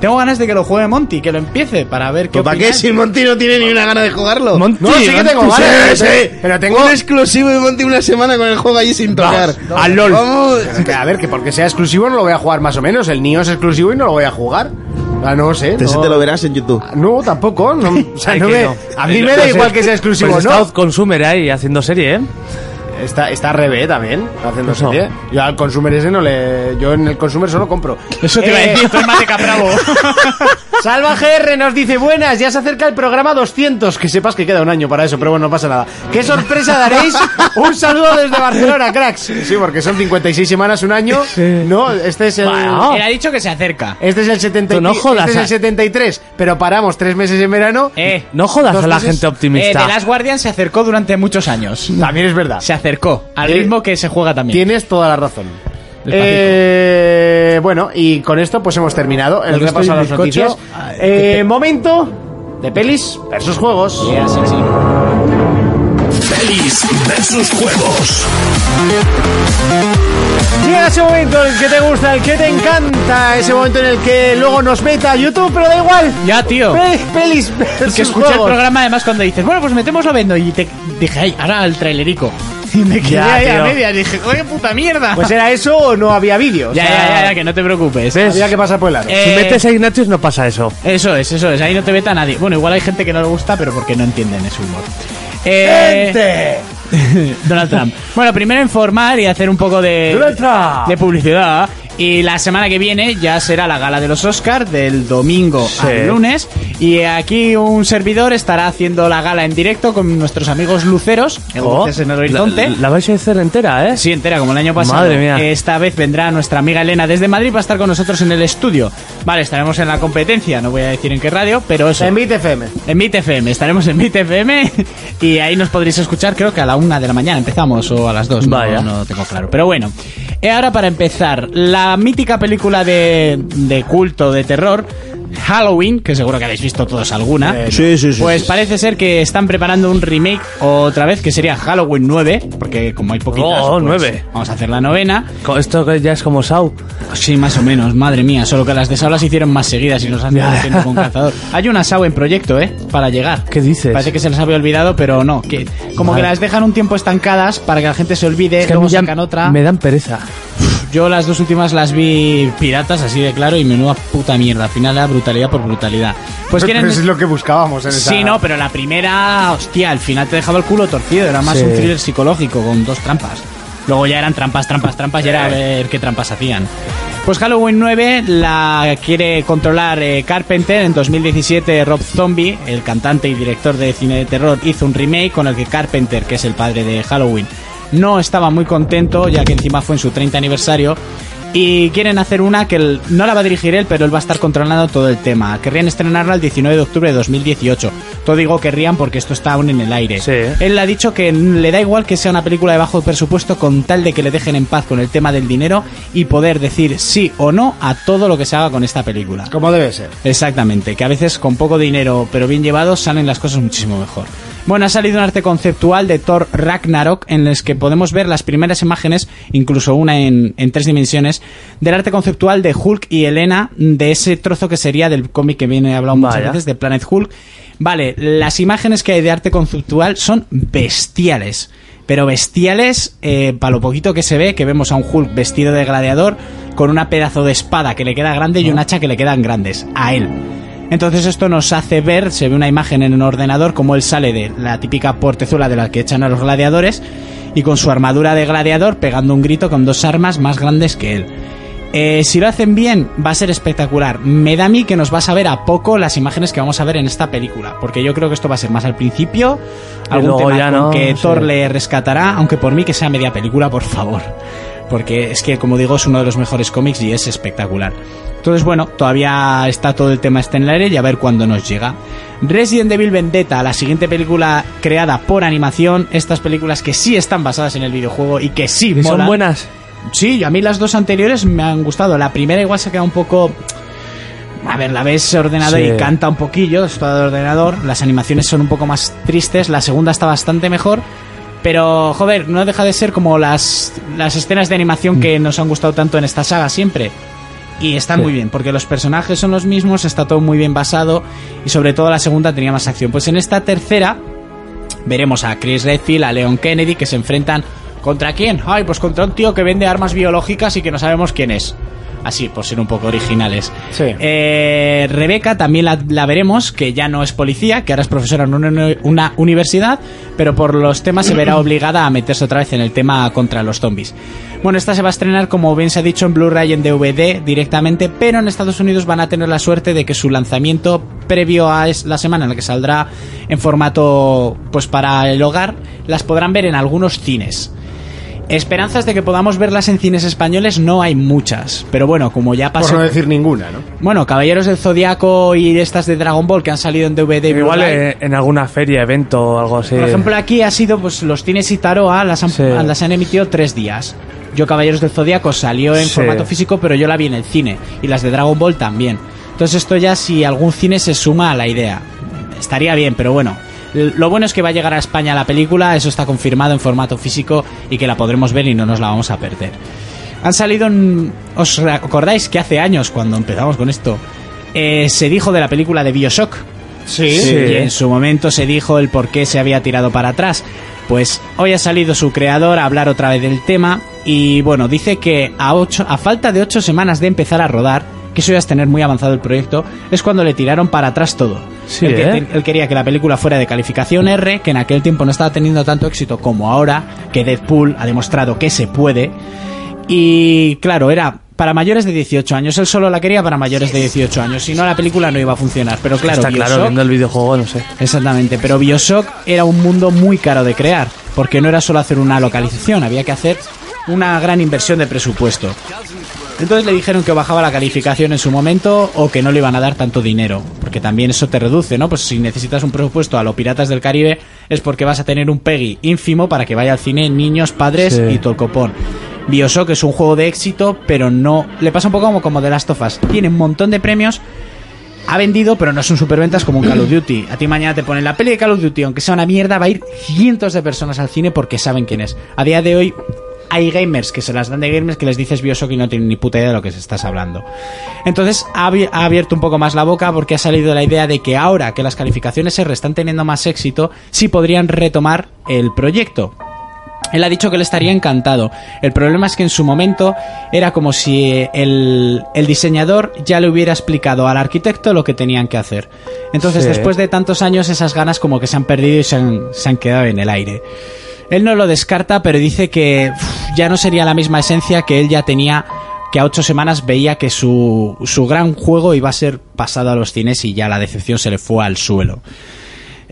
Tengo ganas de que lo juegue Monty, que lo empiece para ver qué... Pues, ¿Para qué? opinan. Si Monty no tiene ni una gana de jugarlo. Monty, No, sí que Monty, tengo sí, ganas. sí. pero- Pero tengo. Un exclusivo de Monty una semana con el juego allí sin tocar. Al LOL. Vamos. Que, A ver, que porque sea exclusivo no lo voy a jugar más o menos. El Nio es exclusivo y no lo voy a jugar. Ah, no sé. Ese no. te lo verás en YouTube. No, tampoco. no- o sea, Ay, no que me- no. A mí me da Pues, igual que sea Pues exclusivo, ¿no? está Odd Consumer ahí haciendo serie, ¿eh? Está, está Rebe también, haciendo Eso. serie. Yo al consumer ese no le. Yo en el consumer solo compro. Eso te iba a Eh, decir, esto es más de Capravo. Salva GR nos dice: Buenas, ya se acerca el programa 200. Que sepas que queda un año para eso, pero bueno, no pasa nada. ¿Qué sorpresa daréis? Un saludo desde Barcelona, cracks. Sí, porque son 56 semanas, un año. No, este es el. Bueno. Él ha dicho que se acerca. Este es el 70 Tú no jodas, este es el a- 73, pero paramos tres meses en verano. Eh, No jodas Dos a la meses. gente eh, optimista. The Last Guardian se acercó durante muchos años. También es verdad. Se acercó, al Eh, ritmo que se juega también. Tienes toda la razón. Eh, bueno, y con esto pues hemos terminado el Con esto y repaso a las el bizcocho, noticias. ah, Eh, que te- Momento de pelis versus juegos. Pelis versus juegos. Llega ese momento en el que te gusta, el que te encanta, ese momento en el que luego nos meta a YouTube, pero da igual. Ya, tío. Pe- pelis Y versus que escuché el juegos. programa además cuando dices, bueno, pues metemos lo vendo. Y te dije, ay, ahora el trailerico. Y me quedé Ya, ahí a tío. media. Dije, joder, puta mierda. Pues era eso o no había vídeos. ya, ya, ya, ya, que no te preocupes. Había que pasar por el aro. Eh, Si metes a Ignatius no pasa eso. Eh, Eso es, eso es. Ahí no te veta nadie. Bueno, igual hay gente que no le gusta, pero porque no entienden ese humor. Eh, Donald Trump. Bueno, primero informar y hacer un poco de, Donald Trump. de publicidad. Y la semana que viene ya será la gala de los Oscars, del domingo Sí. al lunes. Y aquí un servidor estará haciendo la gala en directo con nuestros amigos luceros. en Oh, Luces en el horizonte. La, la vais a hacer entera, ¿eh? Sí, entera, como el año pasado. Madre mía. Esta vez vendrá nuestra amiga Elena desde Madrid para estar con nosotros en el estudio. Vale, estaremos en la competencia, no voy a decir en qué radio, pero eso. En Beat FM. En MIT FM, estaremos en MIT FM y ahí nos podréis escuchar, creo que a la una de la mañana empezamos o a las dos, no- Vaya. no, tengo claro. Pero bueno, y ahora para empezar, la mítica película de, de culto, de terror, Halloween, que seguro que habéis visto todos alguna. Eh, Sí, sí, sí. Pues sí. parece ser que están preparando un remake otra vez que sería Halloween 9, porque como hay poquitas, Oh, pues, 9. vamos a hacer la novena. Co- Esto que ya es como Sau. Sí, más o menos, madre mía, solo que las de Sao las hicieron más seguidas y nos han dado haciendo con cazador. Hay una Sao en proyecto, ¿eh? Para llegar. ¿Qué dices? Parece que se las había olvidado, pero no, que como Madre. que las dejan un tiempo estancadas para que la gente se olvide, Es que a luego mí ya sacan otra. me dan pereza. Yo las dos últimas las vi piratas, así de claro, y menuda puta mierda. Al final era brutalidad por brutalidad. Pues Pero quieren... eso es lo que buscábamos en esa... Sí, no, pero la primera, hostia, al final te dejaba el culo torcido, era más Sí. un thriller psicológico con dos trampas. Luego ya eran trampas, trampas, trampas, y era a ver qué trampas hacían. Pues Halloween 9 la quiere controlar eh, Carpenter. En 2017 Rob Zombie, el cantante y director de cine de terror, hizo un remake con el que Carpenter, que es el padre de Halloween, no estaba muy contento, ya que encima fue en su 30 aniversario. Y quieren hacer una que él- no la va a dirigir él, pero él va a estar controlando todo el tema. Querrían estrenarla el 19 de octubre de 2018. Todo digo querrían porque esto está aún en el aire. Sí. Él ha dicho que le da igual que sea una película de bajo presupuesto con tal de que le dejen en paz con el tema del dinero y poder decir sí o no a todo lo que se haga con esta película. Como debe ser. Exactamente, que a veces con poco dinero pero bien llevado salen las cosas muchísimo mejor. Bueno, ha salido un arte conceptual de Thor Ragnarok en las que podemos ver las primeras imágenes, incluso una en, en tres dimensiones, del arte conceptual de Hulk y Elena, de ese trozo que sería del cómic que viene hablado muchas Vaya. veces, de Planet Hulk. Vale, las imágenes que hay de arte conceptual son bestiales. Pero bestiales, para lo poquito que se ve, que vemos a un Hulk vestido de gladiador, con una pedazo de espada que le queda grande y un hacha que le quedan grandes, a él. Entonces esto nos hace ver, se ve una imagen en un ordenador, como él sale de la típica portezuela de la que echan a los gladiadores, y con su armadura de gladiador pegando un grito con dos armas más grandes que él. Eh, si lo hacen bien, va a ser espectacular. Me da a mí que nos vas a ver a poco las imágenes que vamos a ver en esta película. Porque yo creo que esto va a ser más al principio. Algún luego tema ya con no, que sí. Thor le rescatará. Aunque por mí que sea media película, por favor. Porque es que, como digo, es uno de los mejores cómics y es espectacular. Entonces, bueno, todavía está todo el tema está en el aire y a ver cuándo nos llega. Resident Evil Vendetta, la siguiente película creada por animación. Estas películas que sí están basadas en el videojuego y que sí Y son molan. buenas. Sí, a mí las dos anteriores me han gustado. La primera igual se queda un poco... A ver, la ves ordenada Sí. y canta un poquillo, está de ordenador. Las animaciones son un poco más tristes, la segunda está bastante mejor. Pero, joder, no deja de ser como las, las escenas de animación que nos han gustado tanto en esta saga siempre. Y están Sí. muy bien, porque los personajes son los mismos, está todo muy bien basado y sobre todo la segunda tenía más acción. Pues en esta tercera veremos a Chris Redfield, a Leon Kennedy que se enfrentan contra quién? Ay, pues contra un tío que vende armas biológicas y que no sabemos quién es. Así, por ser un poco originales. Sí. Eh, Rebeca también la, la veremos, que ya no es policía, que ahora es profesora en una, una universidad, pero por los temas se verá obligada a meterse otra vez en el tema contra los zombies. Bueno, esta se va a estrenar, como bien se ha dicho, en Blu-ray y en DVD directamente, pero en Estados Unidos van a tener la suerte de que su lanzamiento previo a es- la semana en la que saldrá en formato pues para el hogar, las podrán ver en algunos cines. Esperanzas de que podamos verlas en cines españoles no hay muchas, pero bueno, como ya Por pasó... no decir ninguna, ¿no? Bueno, Caballeros del Zodiaco y estas de Dragon Ball que han salido en DVD. y Igual Blu-ray. eh, en alguna feria, evento o algo así. Por ejemplo, aquí ha sido, pues los cines y Taroa las han, Sí. las han emitido tres días. Yo Caballeros del Zodíaco salió en Sí. formato físico, pero yo la vi en el cine. Y las de Dragon Ball también. Entonces esto ya si algún cine se suma a la idea. Estaría bien, pero bueno. L- Lo bueno es que va a llegar a España la película, eso está confirmado en formato físico y que la podremos ver y no nos la vamos a perder. Han salido, en- ¿os acordáis que hace años cuando empezamos con esto? eh, se dijo de la película de Bioshock, Sí. Sí. y en su momento se dijo el por qué se había tirado para atrás. Pues hoy ha salido su creador a hablar otra vez del tema y bueno, dice que a, ocho, a falta de ocho semanas de empezar a rodar, que eso ya es tener muy avanzado el proyecto, es cuando le tiraron para atrás todo. Sí, él, que- ¿eh? él quería que la película fuera de calificación R, que en aquel tiempo no estaba teniendo tanto éxito como ahora, que Deadpool ha demostrado que se puede. Y claro, era para mayores de 18 años, él solo la quería para mayores de 18 años, si no la película no iba a funcionar. Pero claro, Está claro, Bioshock- viendo el videojuego, no sé. Exactamente, pero Bioshock era un mundo muy caro de crear, porque no era solo hacer una localización, había que hacer una gran inversión de presupuesto. Entonces le dijeron que bajaba la calificación en su momento o que no le iban a dar tanto dinero, porque también eso te reduce, ¿no? Pues si necesitas un presupuesto a los Piratas del Caribe es porque vas a tener un Peggy ínfimo para que vaya al cine niños, padres Sí. y todo el copón. Bioshock es un juego de éxito, pero no... Le pasa un poco como, como The Last of Us. Tiene un montón de premios, ha vendido, pero no son superventas como un Call of Duty. A ti mañana te ponen la peli de Call of Duty, aunque sea una mierda, va a ir cientos de personas al cine porque saben quién es. A día de hoy hay gamers que se las dan de gamers que les dices Bioshock y no tienen ni puta idea de lo que se estás hablando. Entonces ha abi- ha abierto un poco más la boca porque ha salido la idea de que ahora que las calificaciones R están teniendo más éxito, sí podrían retomar el proyecto. Él ha dicho que le estaría encantado. El problema es que en su momento era como si eh, el, el diseñador ya le hubiera explicado al arquitecto lo que tenían que hacer. Entonces, Sí. después de tantos años, esas ganas como que se han perdido y se han, se han quedado en el aire. Él no lo descarta, pero dice que uf, ya no sería la misma esencia que él ya tenía, que a ocho semanas veía que su, su gran juego iba a ser pasado a los cines y ya la decepción se le fue al suelo.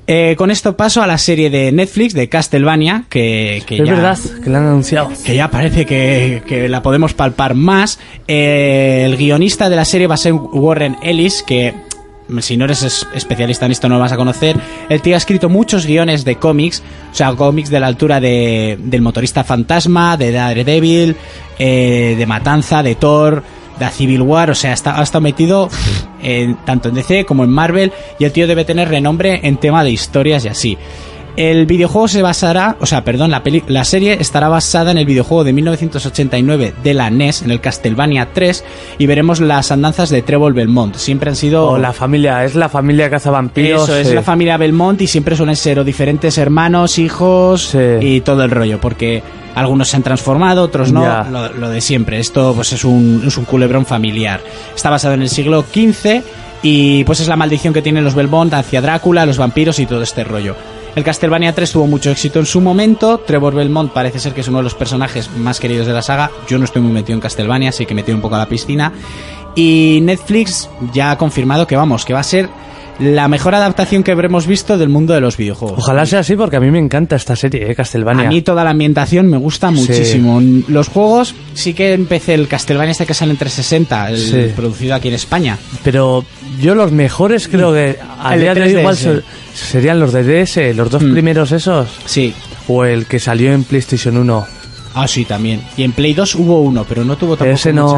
Eh, con esto paso a la serie de Netflix de Castlevania, que, que es ya, verdad que lo han anunciado. que ya parece que, que la podemos palpar más. Eh, el guionista de la serie va a ser Warren Ellis, que si no eres es- especialista en esto no lo vas a conocer. El tío ha escrito muchos guiones de cómics, o sea, cómics de la altura de, del motorista fantasma, de Daredevil, eh, de Matanza, de Thor, de Civil War, o sea, está, ha estado metido en, tanto en DC como en Marvel y el tío debe tener renombre en tema de historias y así. El videojuego se basará, o sea, perdón, la, peli- la serie estará basada en el videojuego de 1989 de la NES, en el Castlevania 3, y veremos las andanzas de Trevor Belmont. Siempre han sido... O la familia, es la familia cazavampiros. Oh. Eso, es eh. la familia Belmont y siempre suelen ser o diferentes hermanos, hijos Sí. y todo el rollo, porque algunos se han transformado, otros no, Ya. lo, lo de siempre. Esto pues es un, es un culebrón familiar. Está basado en el siglo XV y pues es la maldición que tienen los Belmont hacia Drácula, los vampiros y todo este rollo. El Castlevania 3 tuvo mucho éxito en su momento. Trevor Belmont parece ser que es uno de los personajes más queridos de la saga. Yo no estoy muy metido en Castlevania, así que me tiro un poco a la piscina. Y Netflix ya ha confirmado que vamos, que va a ser la mejor adaptación que habremos visto del mundo de los videojuegos. Ojalá sea así porque a mí me encanta esta serie, eh, Castlevania. A mí toda la ambientación me gusta muchísimo. Los juegos, sí que empecé el Castlevania este que sale en 360, el Sí. producido aquí en España. Pero yo los mejores creo que a El de día de hoy igual 3DS. se- serían los de DS, los dos Mm. primeros esos. Sí. O el que salió en PlayStation 1. Ah, sí, también. Y en Play 2 hubo uno, pero no tuvo tampoco Ese no-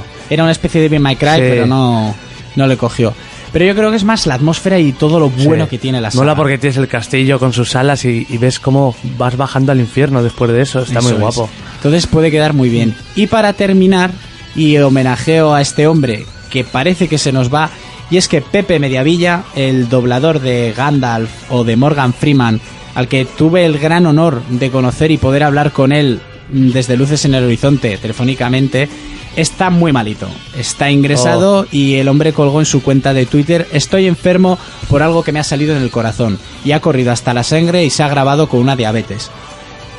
mucha- Era una especie de Be My Cry, Sí. pero no, no le cogió. Pero yo creo que es más la atmósfera y todo lo bueno Sí. que tiene la saga. Mola porque tienes el castillo con sus alas y, y ves cómo vas bajando al infierno después de eso. Está Eso muy es. guapo. Entonces puede quedar muy bien. Y para terminar, y homenajeo a este hombre que parece que se nos va, y es que Pepe Mediavilla, el doblador de Gandalf o de Morgan Freeman, al que tuve el gran honor de conocer y poder hablar con él mm, desde Luces en el Horizonte telefónicamente, está muy malito. Está Oh. ingresado y el hombre colgó en su cuenta de Twitter, estoy enfermo por algo que me ha salido en el corazón, y ha corrido hasta la sangre y se ha grabado con una diabetes.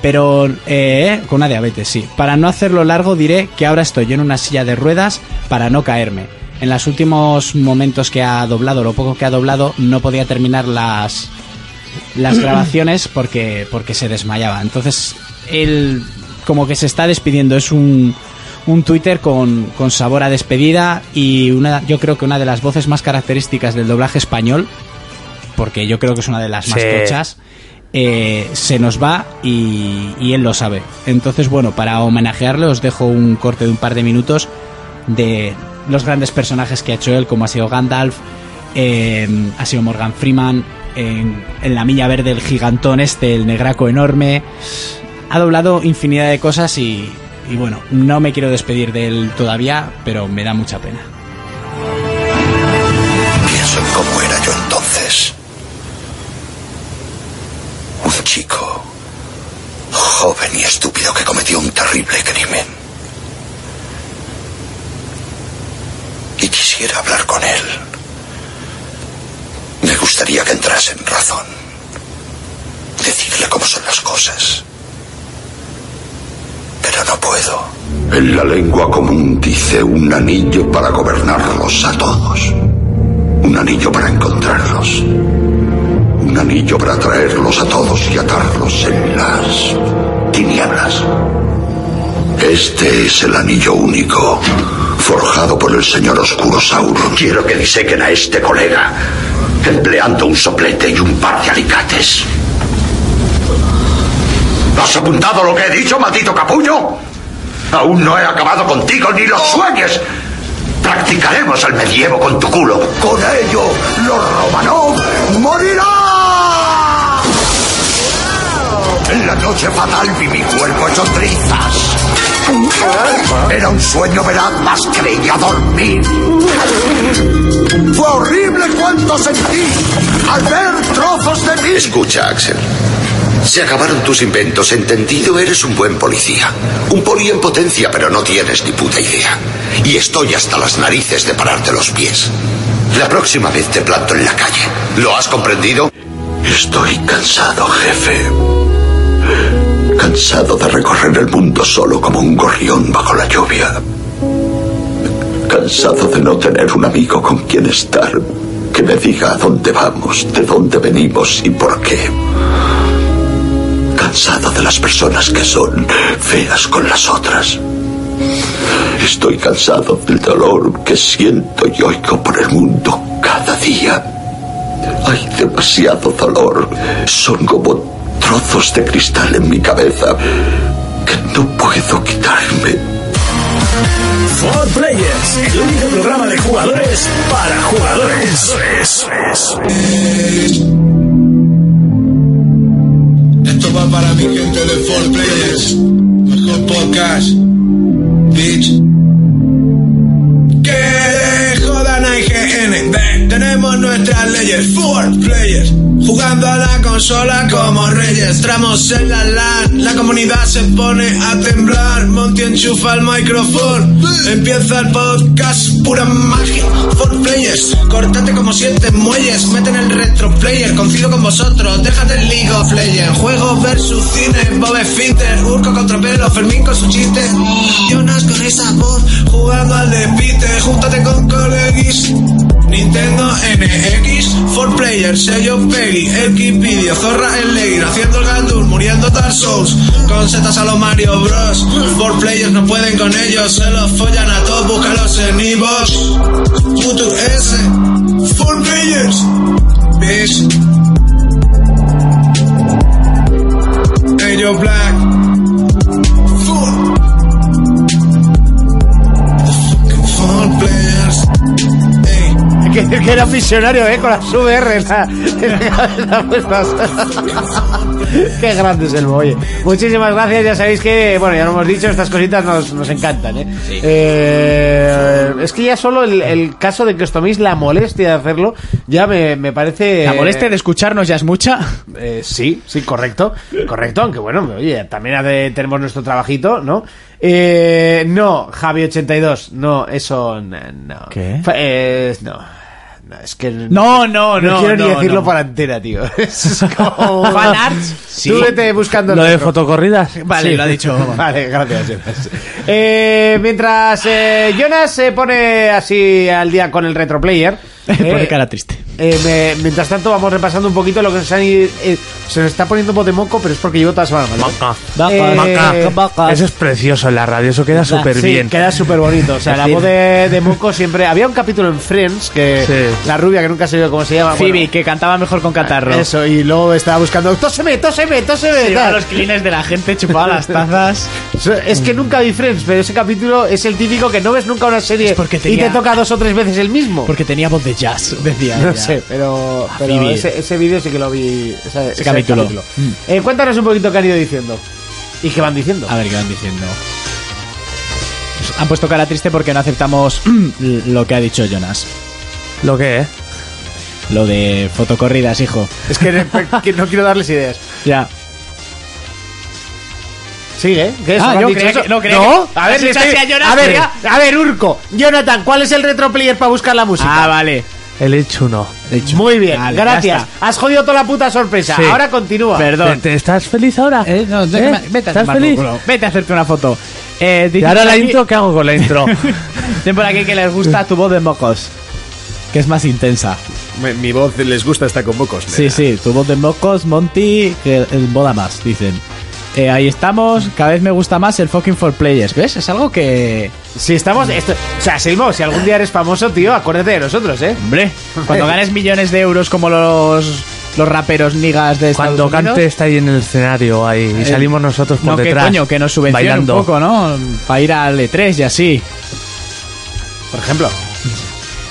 Pero eh, con una diabetes, sí. Para no hacerlo largo diré que ahora estoy en una silla de ruedas para no caerme. En los últimos momentos que ha doblado, lo poco que ha doblado, no podía terminar las las grabaciones porque porque se desmayaba. Entonces él como que se está despidiendo. Es un un Twitter con, con sabor a despedida y una yo creo que una de las voces más características del doblaje español porque yo creo que es una de las más Sí. tochas eh, se nos va y, y él lo sabe. Entonces, bueno, para homenajearle os dejo un corte de un par de minutos de los grandes personajes que ha hecho él, como ha sido Gandalf, eh, ha sido Morgan Freeman, en, en La Milla Verde el gigantón este, el negraco enorme. Ha doblado infinidad de cosas y, y bueno, no me quiero despedir de él todavía, pero me da mucha pena. Pienso en cómo era yo entonces. Un chico joven y estúpido que cometió un terrible crimen. Y quisiera hablar con él. Me gustaría que entrase en razón. Decirle cómo son las cosas. Pero no puedo. En la lengua común dice un anillo para gobernarlos a todos. Un anillo para encontrarlos. Un anillo para traerlos a todos y atarlos en las tinieblas. Este es el anillo único, forjado por el señor oscuro Sauron. Quiero que disequen a este colega, empleando un soplete y un par de alicates. ¿Has apuntado lo que he dicho, maldito capullo? Aún no he acabado contigo ni los sueños. Practicaremos el medievo con tu culo. Con ello, los Romanov morirán. En la noche fatal vi mi cuerpo hecho trizas. Era un sueño veraz, más creía dormir. Fue horrible cuanto sentí al ver trozos de mí. Escucha, Axel. Se acabaron tus inventos, entendido. Eres un buen policía. Un poli en potencia, pero no tienes ni puta idea. Y estoy hasta las narices de pararte los pies. La próxima vez te planto en la calle. ¿Lo has comprendido? Estoy cansado, jefe. Cansado de recorrer el mundo solo como un gorrión bajo la lluvia. Cansado de no tener un amigo con quien estar que me diga a dónde vamos, de dónde venimos y por qué. Cansado de las personas que son feas con las otras. Estoy cansado del dolor que siento y oigo por el mundo cada día. Hay demasiado dolor. Son como trozos de cristal en mi cabeza que no puedo quitarme. Four Players, el único programa de jugadores para jugadores. Esto va para mi gente de Four Players. Mejor podcast. Bitch. Que jodan a IGN. Ven, tenemos nuestras leyes. Four Players. Jugando a la consola como reyes. Tramos en la LAN. La comunidad se pone a temblar. Monty enchufa el micrófono. Empieza el podcast. Pura magia. Four Players. Cortate como siete muelles. Meten el retro player. Confío con vosotros. Déjate el League of Legends. Juegos versus cine. Bob Fitter. Urco contra pelo. Fermín con su chiste. Jonas con esa voz. Jugando al despite. Júntate con coleguis. Nintendo NX, 4 Player, sello Peggy, Xvideo, Zorra en Legir, haciendo el Gandur, muriendo Dark Souls, con setas a los Mario Bros. 4 Players no pueden con ellos, se los follan a todos, búscalos en Evox. Futur S, 4 Players, ¿ves? Ellos Black, 4 Players, ey. Que, que era visionario, ¿eh? Con las VR. La, la puesta. Qué grande es el Bo, oye. Muchísimas gracias. Ya sabéis que, bueno, ya lo hemos dicho, estas cositas nos, nos encantan, ¿eh? Eh, Es que ya solo el, el caso de que os toméis la molestia de hacerlo, ya me, me parece. La molestia de escucharnos ya es mucha. Eh, sí, sí, correcto. Correcto, aunque bueno, oye, también hace- tenemos nuestro trabajito, ¿no? Eh, no, Javi82, no, eso no. no. ¿Qué? Fa- eh, no. No, es que No, no, no. no quiero no, ni decirlo no. para entera, tío. Es como... Fan arts, sí. Tú vete buscando el Lo de otro. fotocorridas. Vale, Sí. lo ha dicho. Vale, gracias, Jonas. Eh, mientras eh, Jonas se pone así al día con el retroplayer. Pone eh, cara triste. Eh, me- mientras tanto, vamos repasando un poquito lo que se han ido- eh, Se nos está poniendo un poco de moco, pero es porque llevo toda la semana. ¿vale? Maca. Eh, Maca. vacas. Eso es precioso en la radio, eso queda súper Sí, bien. queda súper bonito. O sea, Es la decir- voz de, de Moco siempre. Había un capítulo en Friends que Sí. la rubia que nunca se vio cómo se llama. Phoebe, bueno, que cantaba mejor con catarro. eso, y luego estaba buscando. ¡Tóseme, tóseme, tóseme! Llevaba tal. los clines de la gente, chupaba las tazas. So- Es que nunca vi Friends, pero ese capítulo es el típico que no ves nunca una serie Es porque y te tenía- toca dos o tres veces el mismo. Porque tenía voz de jazz, decía. no ella. sé, pero, Ah, pero Phoebe. ese, ese vídeo sí que lo vi. ese- ese capítulo. Mm. Eh, cuéntanos un poquito qué han ido diciendo. ¿Y qué van diciendo? A ver qué van diciendo. Pues Han puesto cara triste porque no aceptamos lo que ha dicho Jonas. ¿Lo que eh, es? Lo de fotocorridas, hijo. Es que, que no quiero darles ideas. Ya. Sigue, ¿qué es? Ah, ¿Han yo dicho creía eso? que- no, creía no, que- a ver, Así le está, estoy- sea Jonas, a ver, creía- a ver, Urco, Jonathan, ¿cuál es el retroplayer para buscar la música? Ah, vale. El hecho no. Muy bien, Vale, ya gracias. está. Has jodido toda la puta sorpresa. Sí. Ahora continúa. ¿Te, Perdón. te- estás feliz ahora? Eh, no, ¿Eh? déjame- vete a ¿Estás tomar por feliz? culo. Vete a hacerte una foto. Eh, Y dicen ahora por la aquí- intro, ¿qué hago con la intro? Dicen por aquí que les gusta tu voz de mocos. Que es más intensa. Me- mi voz les gusta estar con mocos. Sí, nena. sí, tu voz de mocos, Monty, que eh, moda más, dicen. Eh, ahí estamos, cada vez me gusta más el fucking for players. ¿Ves? Es algo que. Si estamos. Mm. esto- o sea, Silmo, si algún día eres famoso, tío, acuérdate de nosotros, ¿eh? Hombre, cuando ganes millones de euros como los, los raperos nigas de Estados Cuando Unidos, Cante está ahí en el escenario ahí y eh, salimos nosotros por no, que detrás. coño, que nos subvencione bailando. un poco, ¿no? Para ir al E3 y así. Por ejemplo.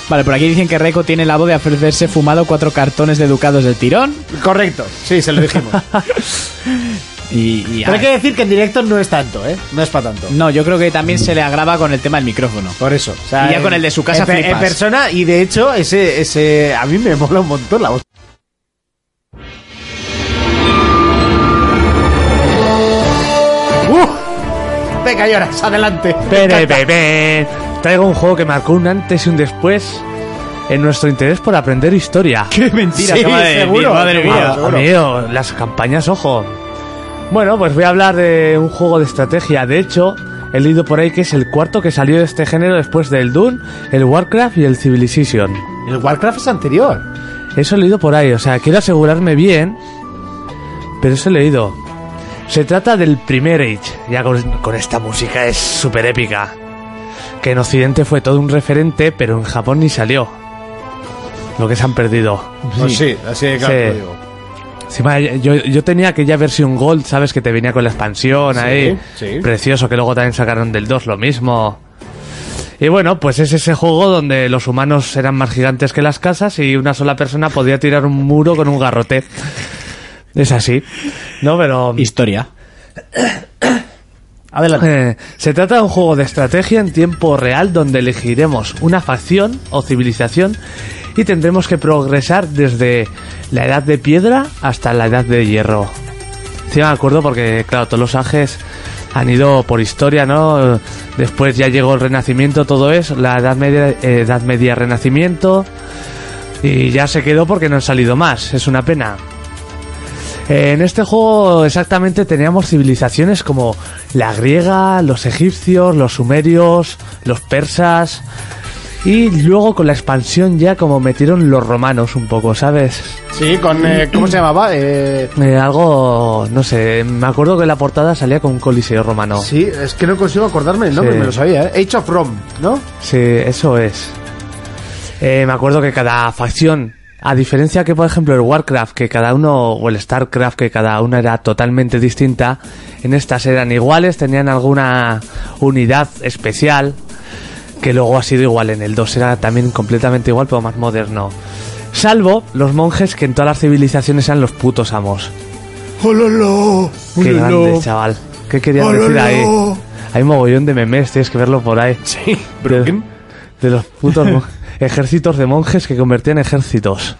Vale, por aquí dicen que Reco tiene la voz de ofrecerse fumado cuatro cartones de ducados del tirón. Correcto, sí, se lo dijimos. Y, y- Pero hay que decir que en directo no es tanto, ¿eh? No es para tanto. No, yo creo que también se le agrava con el tema del micrófono. Por eso. O sea, Y ya en- con el de su casa en, pe- flipas. en persona, y de hecho, ese, ese. A mí me mola un montón la voz. ¡Uh! Venga, lloras, adelante. Pere, bebé. Traigo un juego que marcó un antes y un después en nuestro interés por aprender historia. mentira, Sí, acaba de decir, seguro, madre seguro, mía. Ah, amigo, las campañas, ojo. Bueno, pues voy a hablar de un juego de estrategia. De hecho, he leído por ahí que es el cuarto que salió de este género después del Dune, el Warcraft y el Civilization. El Warcraft es anterior. Eso he leído por ahí, o sea, quiero asegurarme bien, pero eso he leído. Se trata del primer Age, ya con, con esta música es súper épica. Que en Occidente fue todo un referente, pero en Japón ni salió. Lo que se han perdido. Pues sí, así de claro Sí. lo digo. Encima, yo, yo tenía aquella versión Gold, ¿sabes? Que te venía con la expansión ahí. sí. Precioso, que luego también sacaron del 2 lo mismo. Y bueno, pues es ese juego donde los humanos eran más gigantes que las casas y una sola persona podía tirar un muro con un garrote. Es así. No, pero... Historia. Eh, se trata de un juego de estrategia en tiempo real donde elegiremos una facción o civilización y tendremos que progresar desde la edad de piedra hasta la edad de hierro. Sí, me acuerdo porque, claro, todos los ajes han ido por historia, ¿no? Después ya llegó el renacimiento, todo eso, la edad media, eh, edad media renacimiento. Y ya se quedó porque no han salido más, es una pena. En este juego exactamente teníamos civilizaciones como la griega, los egipcios, los sumerios, los persas y luego con la expansión ya como metieron los romanos un poco, ¿sabes? Sí, con. eh, ¿Cómo se llamaba? Eh, Eh, algo, no sé, me acuerdo que la portada salía con un coliseo romano. Sí, es que no consigo acordarme el nombre, Sí. me lo sabía, ¿eh? Age of Rome, ¿no? Sí, eso es. Eh, me acuerdo que cada facción, a diferencia que por ejemplo el Warcraft, que cada uno, o el Starcraft, que cada una era totalmente distinta, en estas eran iguales, tenían alguna unidad especial, que luego ha sido igual en el 2, era también completamente igual, pero más moderno. Salvo los monjes que en todas las civilizaciones eran los putos amos. ¡Qué grande, chaval! ¿Qué quería decir ahí? Hay mogollón de memes, tienes que verlo por ahí. Sí, de, de los putos mon- ejércitos de monjes que convertían en ejércitos.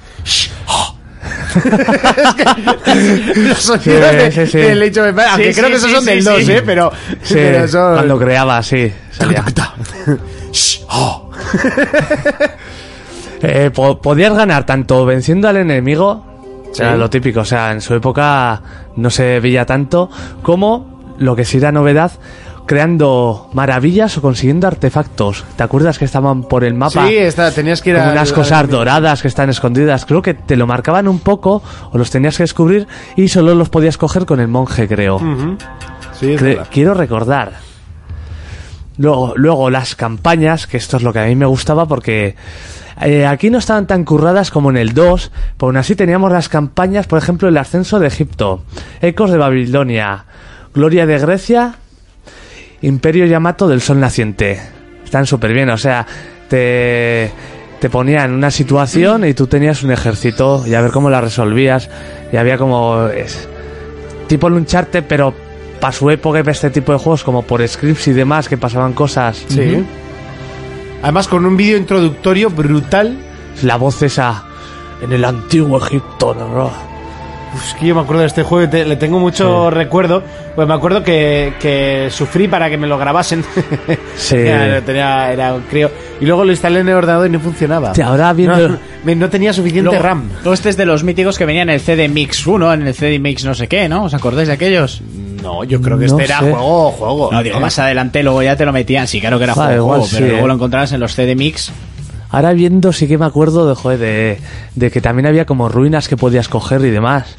Los sonidos de- sí, sí. del Age of Empires, aunque Sí, creo sí, que esos sí, son del sí, 2, sí. ¿eh? Pero, Sí, pero son- cuando creaba, sí. salía. oh. Eh, po- podías ganar tanto venciendo al enemigo, era lo típico, o sea, en su época no se veía tanto, como lo que sí era novedad, creando maravillas o consiguiendo artefactos. ¿Te acuerdas que estaban por el mapa? Sí, está, tenías que ir Como a- unas a- cosas doradas que están escondidas. Creo que te lo marcaban un poco o los tenías que descubrir y solo los podías coger con el monje, creo. Sí, es Cre- verdad. quiero recordar. Luego, luego las campañas, que esto es lo que a mí me gustaba porque eh, aquí no estaban tan curradas como en el 2, pero aún así teníamos las campañas, por ejemplo, el ascenso de Egipto, Ecos de Babilonia, Gloria de Grecia, Imperio Yamato del Sol Naciente. Están súper bien, o sea, te, te ponían en una situación y tú tenías un ejército y a ver cómo la resolvías. Y había como... es- tipo Luncharte, pero para su época y para este tipo de juegos, como por scripts y demás, que pasaban cosas. Sí. Además, con un vídeo introductorio brutal. La voz esa en el antiguo Egipto, ¿no? bro? Uf, Es que yo me acuerdo de este juego y te- le tengo mucho recuerdo. Pues me acuerdo que, que sufrí para que me lo grabasen. Sí. Era, tenía- era un crío. Y luego lo instalé en el ordenador y no funcionaba. Hostia, ahora viendo- No, me- no tenía suficiente Luego, RAM. luego este es de los míticos que venían en el CD Mix 1, en el CD Mix no sé qué, ¿no? ¿Os acordáis de aquellos? No, yo creo que No este era sé. juego, juego. No, digo, más adelante luego ya te lo metían. Sí, claro que era eh. Ah, juego, igual juego, pero sí, luego eh. lo encontrabas en los CD Mix. Ahora viendo sí que me acuerdo de, joder, de, de que también había como ruinas que podías coger y demás.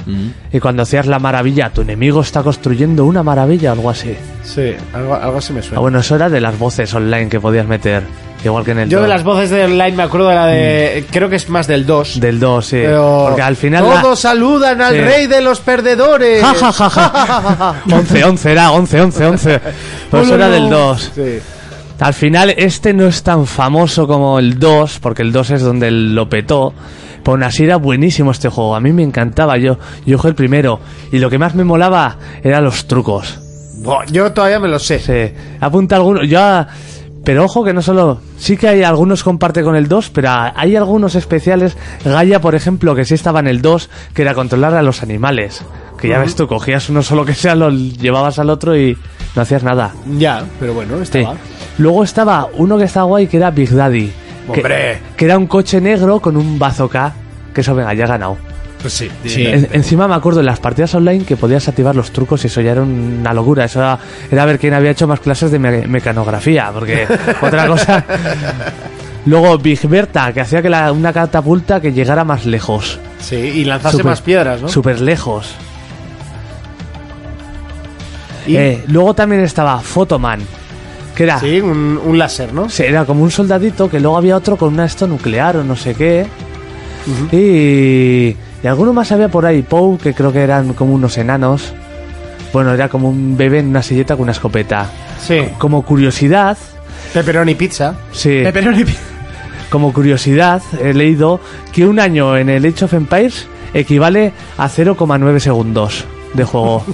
Y cuando hacías la maravilla, tu enemigo está construyendo una maravilla o algo así. Sí, algo, algo así me Ah, suena. bueno, eso era de las voces online que podías meter. Igual que en el Yo de dos. las voces de online me acuerdo de la de. Mm. Creo que es más del 2. Del 2, sí. Pero Porque al final... la- Todos saludan al Sí. rey de los perdedores. Ja, ja, ja, ja. 11, 11 era, 11, 11, 11. Pues Hola, era no. del 2. Sí. Al final, este no es tan famoso como el 2, porque el 2 es donde lo petó. Pero aún así era buenísimo este juego. A mí me encantaba. Yo, yo jugué el primero. Y lo que más me molaba eran los trucos. Buah, Yo todavía me lo sé. Sí. Apunta algunos. Yo. a- Pero ojo que no solo. Sí que hay algunos comparte con el 2, pero a- hay algunos especiales. Gaia, por ejemplo, que sí estaba en el 2, que era controlar a los animales. Que ya ves tú, cogías uno solo que sea, lo llevabas al otro y no hacías nada. Ya, pero bueno, Sí. estaba. Luego estaba uno que estaba guay que era Big Daddy. que- ¡Hombre! Que, era un coche negro con un bazooka. Que eso, venga, ya he ganado. Pues sí. Sí. En- encima me acuerdo en las partidas online que podías activar los trucos y eso ya era una locura. Eso era, era ver quién había hecho más clases de me- mecanografía, porque otra cosa. Luego Big Berta, que hacía que la- una catapulta que llegara más lejos. Sí, y lanzarse Súper- más piedras, ¿no? Súper lejos. Y- Eh, ah. luego también estaba Photoman, que era, Sí, un, un láser, ¿no? sí, era como un soldadito que luego había otro con una esto nuclear o no sé qué. Y, y alguno más había por ahí, Pou, que creo que eran como unos enanos. Bueno, era como un bebé en una silleta con una escopeta. Sí. Como curiosidad, Pepperoni pizza. sí, Pepperoni pi- como curiosidad he leído que un año en el Age of Empires equivale a 0,9 segundos de juego.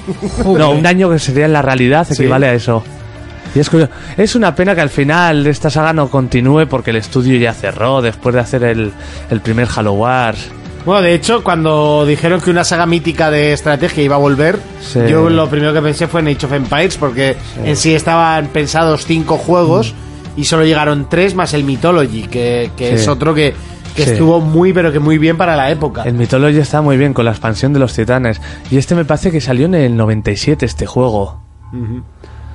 no, un año que sería en la realidad equivale a eso. Y es, curioso. es una pena que al final esta saga no continúe porque el estudio ya cerró después de hacer el, el primer Halo Wars. Bueno, de hecho, cuando dijeron que una saga mítica de estrategia iba a volver, Sí. yo lo primero que pensé fue en Age of Empires, porque en sí estaban pensados cinco juegos y solo llegaron tres más el Mythology, que, que Sí. es otro que, que Sí. estuvo muy, pero que muy bien para la época. El Mythology está muy bien con la expansión de los titanes. Y este me parece que salió en el 97 este juego.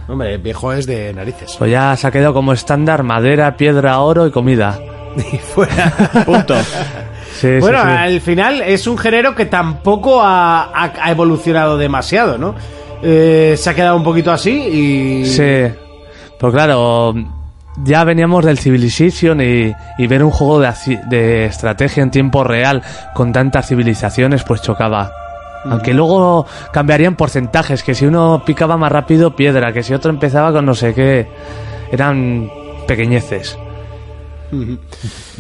Hombre, el viejo es de narices. Pues ya se ha quedado como estándar madera, piedra, oro y comida. Y fuera. Punto. Sí, sí, Bueno, sí. al final es un género que tampoco ha, ha- ha evolucionado demasiado, ¿no? Eh, se ha quedado un poquito así y... Sí. Pues claro, ya veníamos del Civilization y, y ver un juego de, aci- de estrategia en tiempo real con tantas civilizaciones, pues chocaba. Aunque luego cambiarían porcentajes, que si uno picaba más rápido piedra, que si otro empezaba con no sé qué, eran pequeñeces,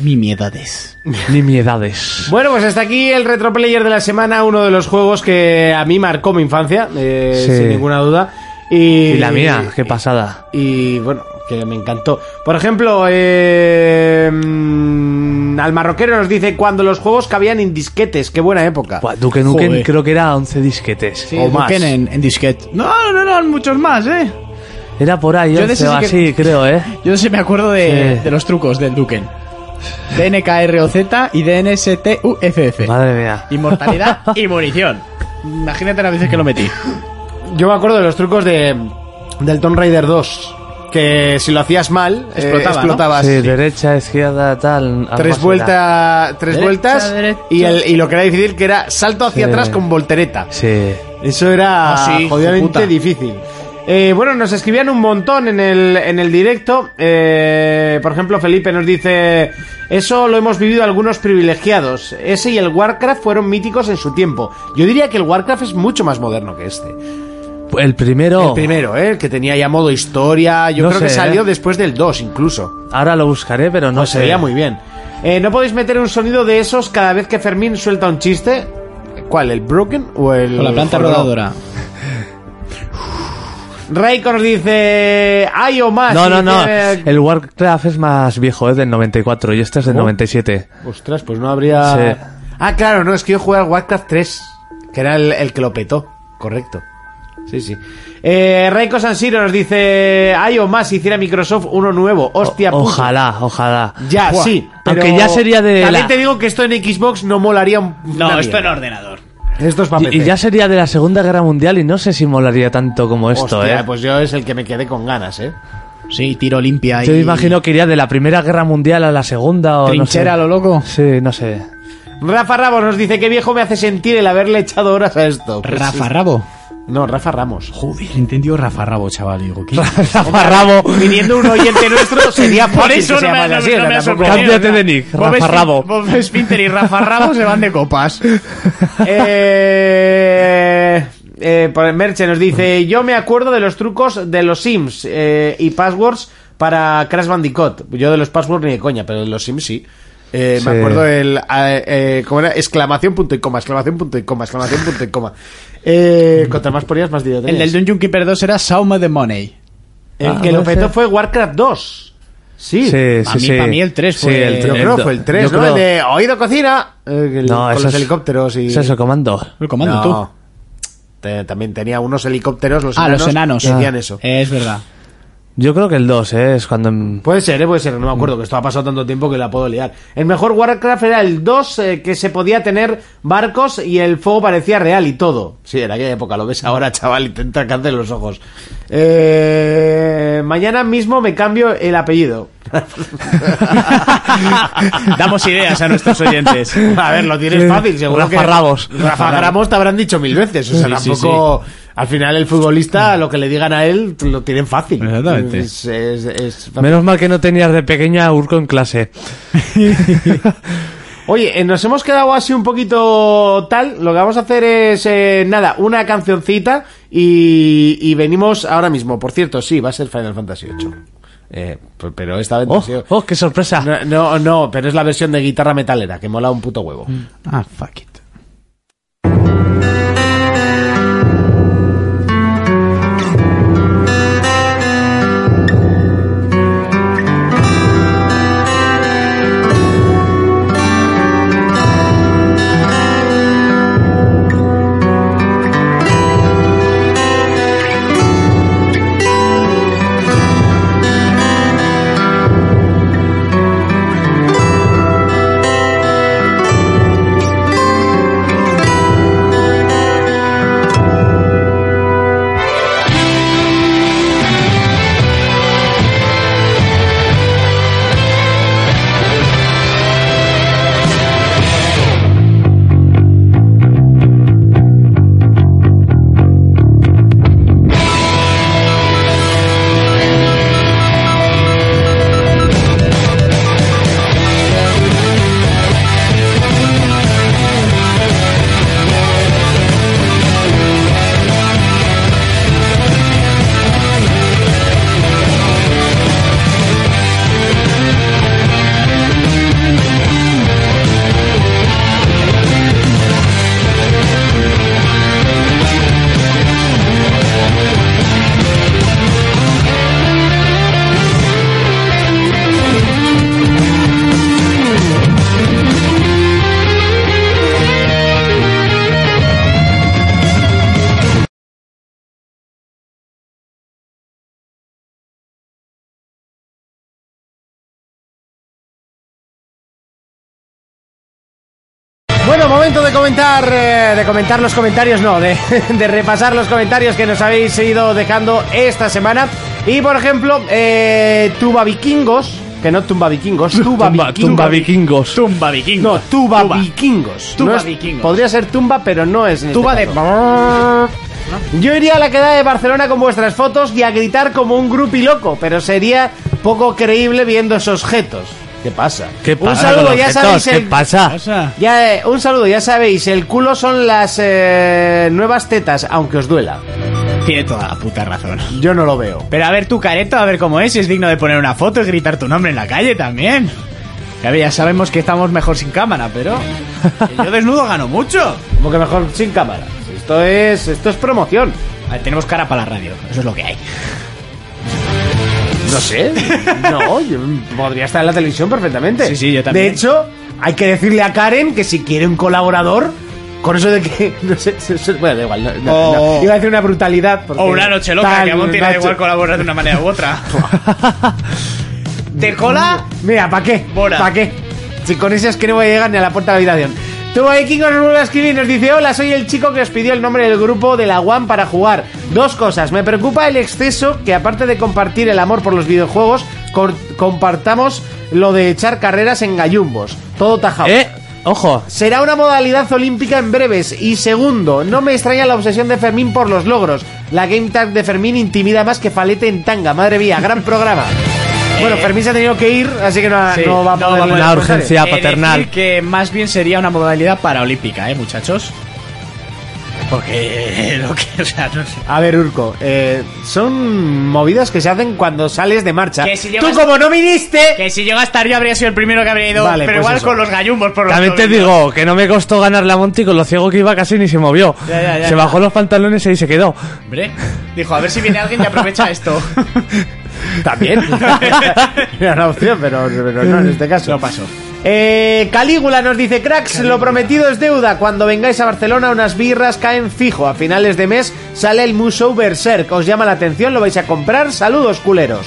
Nimiedades. nimiedades. Bueno, pues hasta aquí el retroplayer de la semana, uno de los juegos que a mí marcó mi infancia, eh, Sí. sin ninguna duda. Y, Y la mía, qué pasada. Y bueno, que me encantó. Por ejemplo, eh, mm, al marroquero nos dice cuando los juegos cabían en disquetes, qué buena época. Buah, Duke Nukem Joder. creo que era 11 disquetes. Sí, o Duke más. En, en disquete. No, no eran muchos más, ¿eh? Era por ahí, Yo de 11 ese o sí así, creo, ¿eh? Yo sí me acuerdo de, Sí. de los trucos del Duken. DNKROZ y DNSTUFF. Madre mía. Inmortalidad y munición. Imagínate las veces que lo metí. Yo me acuerdo de los trucos de del Tomb Raider 2. Que si lo hacías mal, eh, Explotaba, ¿no? explotabas. Sí, sí. derecha, izquierda, tal. algo Tres, así era. vueltas tres Derecha, vueltas derecha. Y, el- y lo que era difícil que era salto hacia Sí. atrás con voltereta. Sí. Eso era Ah, sí, hijo jodidamente de puta. difícil. Eh, bueno, nos escribían un montón en el, en el directo. Eh, por ejemplo, Felipe nos dice, eso lo hemos vivido algunos privilegiados. Ese y el Warcraft fueron míticos en su tiempo. Yo diría que el Warcraft es mucho más moderno que este. El Oh. primero. El primero, ¿eh? el que tenía ya modo historia. Yo No creo que sé, salió ¿eh? después del 2 incluso. Ahora lo buscaré, pero no Pues sé. se veía muy bien. Eh, ¿No podéis meter un sonido de esos cada vez que Fermín suelta un chiste? ¿Cuál? ¿El broken o el...? Con la planta o no? rodadora. Raiko nos dice... ¡Ay, o más! No, y no, no. tiene- El Warcraft es más viejo, es del 94 y este Oh. es del 97. Ostras, pues no habría... Sí. Ah, claro, no, es que yo jugué al Warcraft 3, que era el, el que lo petó. Correcto. Sí, sí. Eh, Raiko Sansiro nos dice... ¡Ay, o más! Si hiciera Microsoft uno nuevo. ¡Hostia O- puta! ojalá, ojalá. Ya, Buah. sí. Aunque pero ya sería de También la- te digo que esto en Xbox no molaría un... una mierda. ordenador. Esto es para Y, y ya sería de la Segunda Guerra Mundial y no sé si molaría tanto como esto, Hostia, ¿eh? pues yo es el que me quedé con ganas, ¿eh? Sí, tiro limpia y... Yo imagino que iría de la Primera Guerra Mundial a la Segunda o Trinchera, no lo loco. sé. Sí, no sé. Rafa Ramos nos dice qué viejo me hace sentir el haberle echado horas a esto. Pues Rafa sí. Rabo. No, Rafa Ramos. Joder, entendió Rafa Rabo, chaval. Digo, ¿qué? Rafa Rabo. Viniendo un oyente nuestro sería Por fácil eso que se no me, llamase no, así, no me era ha tampoco- sorprendido. Cámbiate de nick, Bob Rafa Spin- Rabo. Bob Spinter y Rafa Rabo se van de copas. Eh, eh, por- Merche nos dice yo me acuerdo de los trucos de los Sims eh, y passwords para Crash Bandicoot. Yo de los passwords ni de coña, pero de los Sims sí. Eh, Me Sí. acuerdo el eh, eh, ¿cómo era? exclamación punto y coma, exclamación punto y coma, exclamación punto y coma. Eh, contra más ponías más dinero. El tenías. del Dungeon Keeper 2 era Sauma the Money. El Ah, que lo puede petó ser. fue Warcraft 2. Sí. Sí, Pa' sí, mí- sí. pa' mí el tres Sí, fue- el tre- Yo el creo do- que fue el 3, yo ¿no? El creo- de Oído Cocina. eh, el- No, con eso los es- helicópteros y. Eso es el comando. El comando, No. Te- también tenía unos helicópteros, los tú. Ah, enanos. los enanos. que hacían Ah. eso. Es verdad. Yo creo que el 2, ¿eh? Es cuando... em- Puede ser, eh, puede ser, no me Mm. acuerdo, que esto ha pasado tanto tiempo que la puedo liar. El mejor Warcraft era el 2, eh, que se podía tener barcos y el fuego parecía real y todo. Sí, en aquella época, lo ves ahora, chaval, y te entra cáncer en los ojos. Eh, mañana mismo me cambio el apellido. Damos ideas a nuestros oyentes. A ver, lo tienes fácil, seguro Rafa que... Ramos. Rafa Ramos te habrán dicho mil veces. O sea, Sí, sí, tampoco... Al final el futbolista, lo que le digan a él, lo tienen fácil. Exactamente. Es, es- es fácil. Menos mal que no tenías de pequeña Urco en clase. Oye, eh, nos hemos quedado así un poquito tal. Lo que vamos a hacer es, eh, nada, una cancioncita y, y venimos ahora mismo. Por cierto, sí, va a ser Final Fantasy VIII. Eh, p- pero esta vez no ha ¡Oh, sido- oh qué sorpresa! No, no, no, pero es la versión de guitarra metalera, que mola un puto huevo. Ah, fuck it. Bueno, momento de comentar, eh, de comentar los comentarios, no, de, de repasar los comentarios que nos habéis ido dejando esta semana. Y por ejemplo, eh, Tuba Vikingos, que no Tumba Vikingos, Tuba Tumba, Vikingos. tumba vikingos. Tumba vikingo. No, Tuba, Vikingos. Tuba No es- Vikingos. Podría ser Tumba, pero no es. en este Tuba de- caso. Yo iría a la quedada de Barcelona con vuestras fotos y a gritar como un grupi loco, pero sería poco creíble viendo esos jetos. ¿Qué pasa? ¿Qué pasa Un saludo, con los ya objetos? sabéis ¿Qué el- pasa? Ah. ya, eh, un saludo, ya sabéis, el culo son las eh, nuevas tetas, aunque os duela. Tiene toda la puta razón. Yo no lo veo. Pero a ver tu careto, a ver cómo es, si es digno de poner una foto y gritar tu nombre en la calle también. A ver, ya sabemos que estamos mejor sin cámara, pero... que Yo desnudo gano mucho. Como que mejor sin cámara. Esto es, esto es promoción. A ver, tenemos cara para la radio, eso es lo que hay. No sé. No, yo- podría estar en la televisión perfectamente. Sí, sí, yo también. De hecho, hay que decirle a Karen que si quiere un colaborador, con eso de que. No sé, eso- eso- bueno, da igual. no, no, O- no. Iba a decir una brutalidad. porque- Oh. O una noche loca, Tal, que aún tiene noche- igual colaborar de una manera u otra. ¿Te cola? Mira, ¿para qué? Bora. ¿Para qué? Si con esas que no voy a llegar ni a la puerta de la habitación. Tú Vikingo nos vuelve a escribir y nos dice: Hola, soy el chico que os pidió el nombre del grupo de la One para jugar. Dos cosas. Me preocupa el exceso que, aparte de compartir el amor por los videojuegos, cor- compartamos lo de echar carreras en gallumbos. Todo tajado. Eh, ojo. Será una modalidad olímpica en breves. Y segundo, no me extraña la obsesión de Fermín por los logros. La Game Tag de Fermín intimida más que Falete en tanga. Madre mía, gran programa. Bueno, Fermín se ha tenido que ir, así que no, Eh, Sí, no va a no poder... va a poder. Una comentar. urgencia He de paternal. decir que más bien sería una modalidad paraolímpica, ¿eh, muchachos? Porque eh, lo que, o sea, no sé. A ver, Urco, eh, son movidas que se hacen cuando sales de marcha. Que si Tú llevas- como no viniste... Que si yo gastar yo habría sido el primero que habría ido, Vale, pero pues igual eso. con los gallumbos por los También te tobillos. digo que no me costó ganar la Monty con lo ciego que iba casi ni se movió. Ya, ya, ya, se ya. bajó los pantalones y ahí se quedó. Hombre, dijo, a ver si viene alguien y aprovecha esto. También. Era una opción, pero, pero no en este caso. No pasó. Eh, Calígula nos dice, cracks, lo prometido es deuda. Cuando vengáis a Barcelona, unas birras caen fijo. A finales de mes sale el Musou Berserk. Os llama la atención, lo vais a comprar. Saludos, culeros.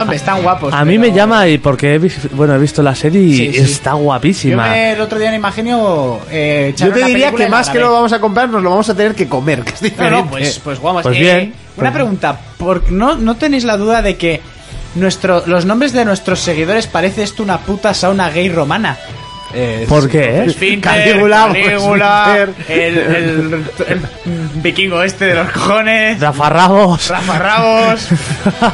Hombre, están guapos. A mí pero- me llama y porque he, vis- bueno, he visto la serie y Sí, sí. está Yo guapísima. me- el otro día en Imagenio. eh, Yo echaron te una diría película que y la más que grabé. lo vamos a comprar, nos lo vamos a tener que comer, que es No, diferente. no, pues, pues vamos. Pues Eh, bien. Una pregunta, ¿por no, ¿no tenéis la duda de que nuestro, los nombres de nuestros seguidores parece esto una puta sauna gay romana? pues, ¿Por qué? eh? Calígula, Calígula, pues, el, vikingo este de los cojones, Zafarrabos. Rafarrabos.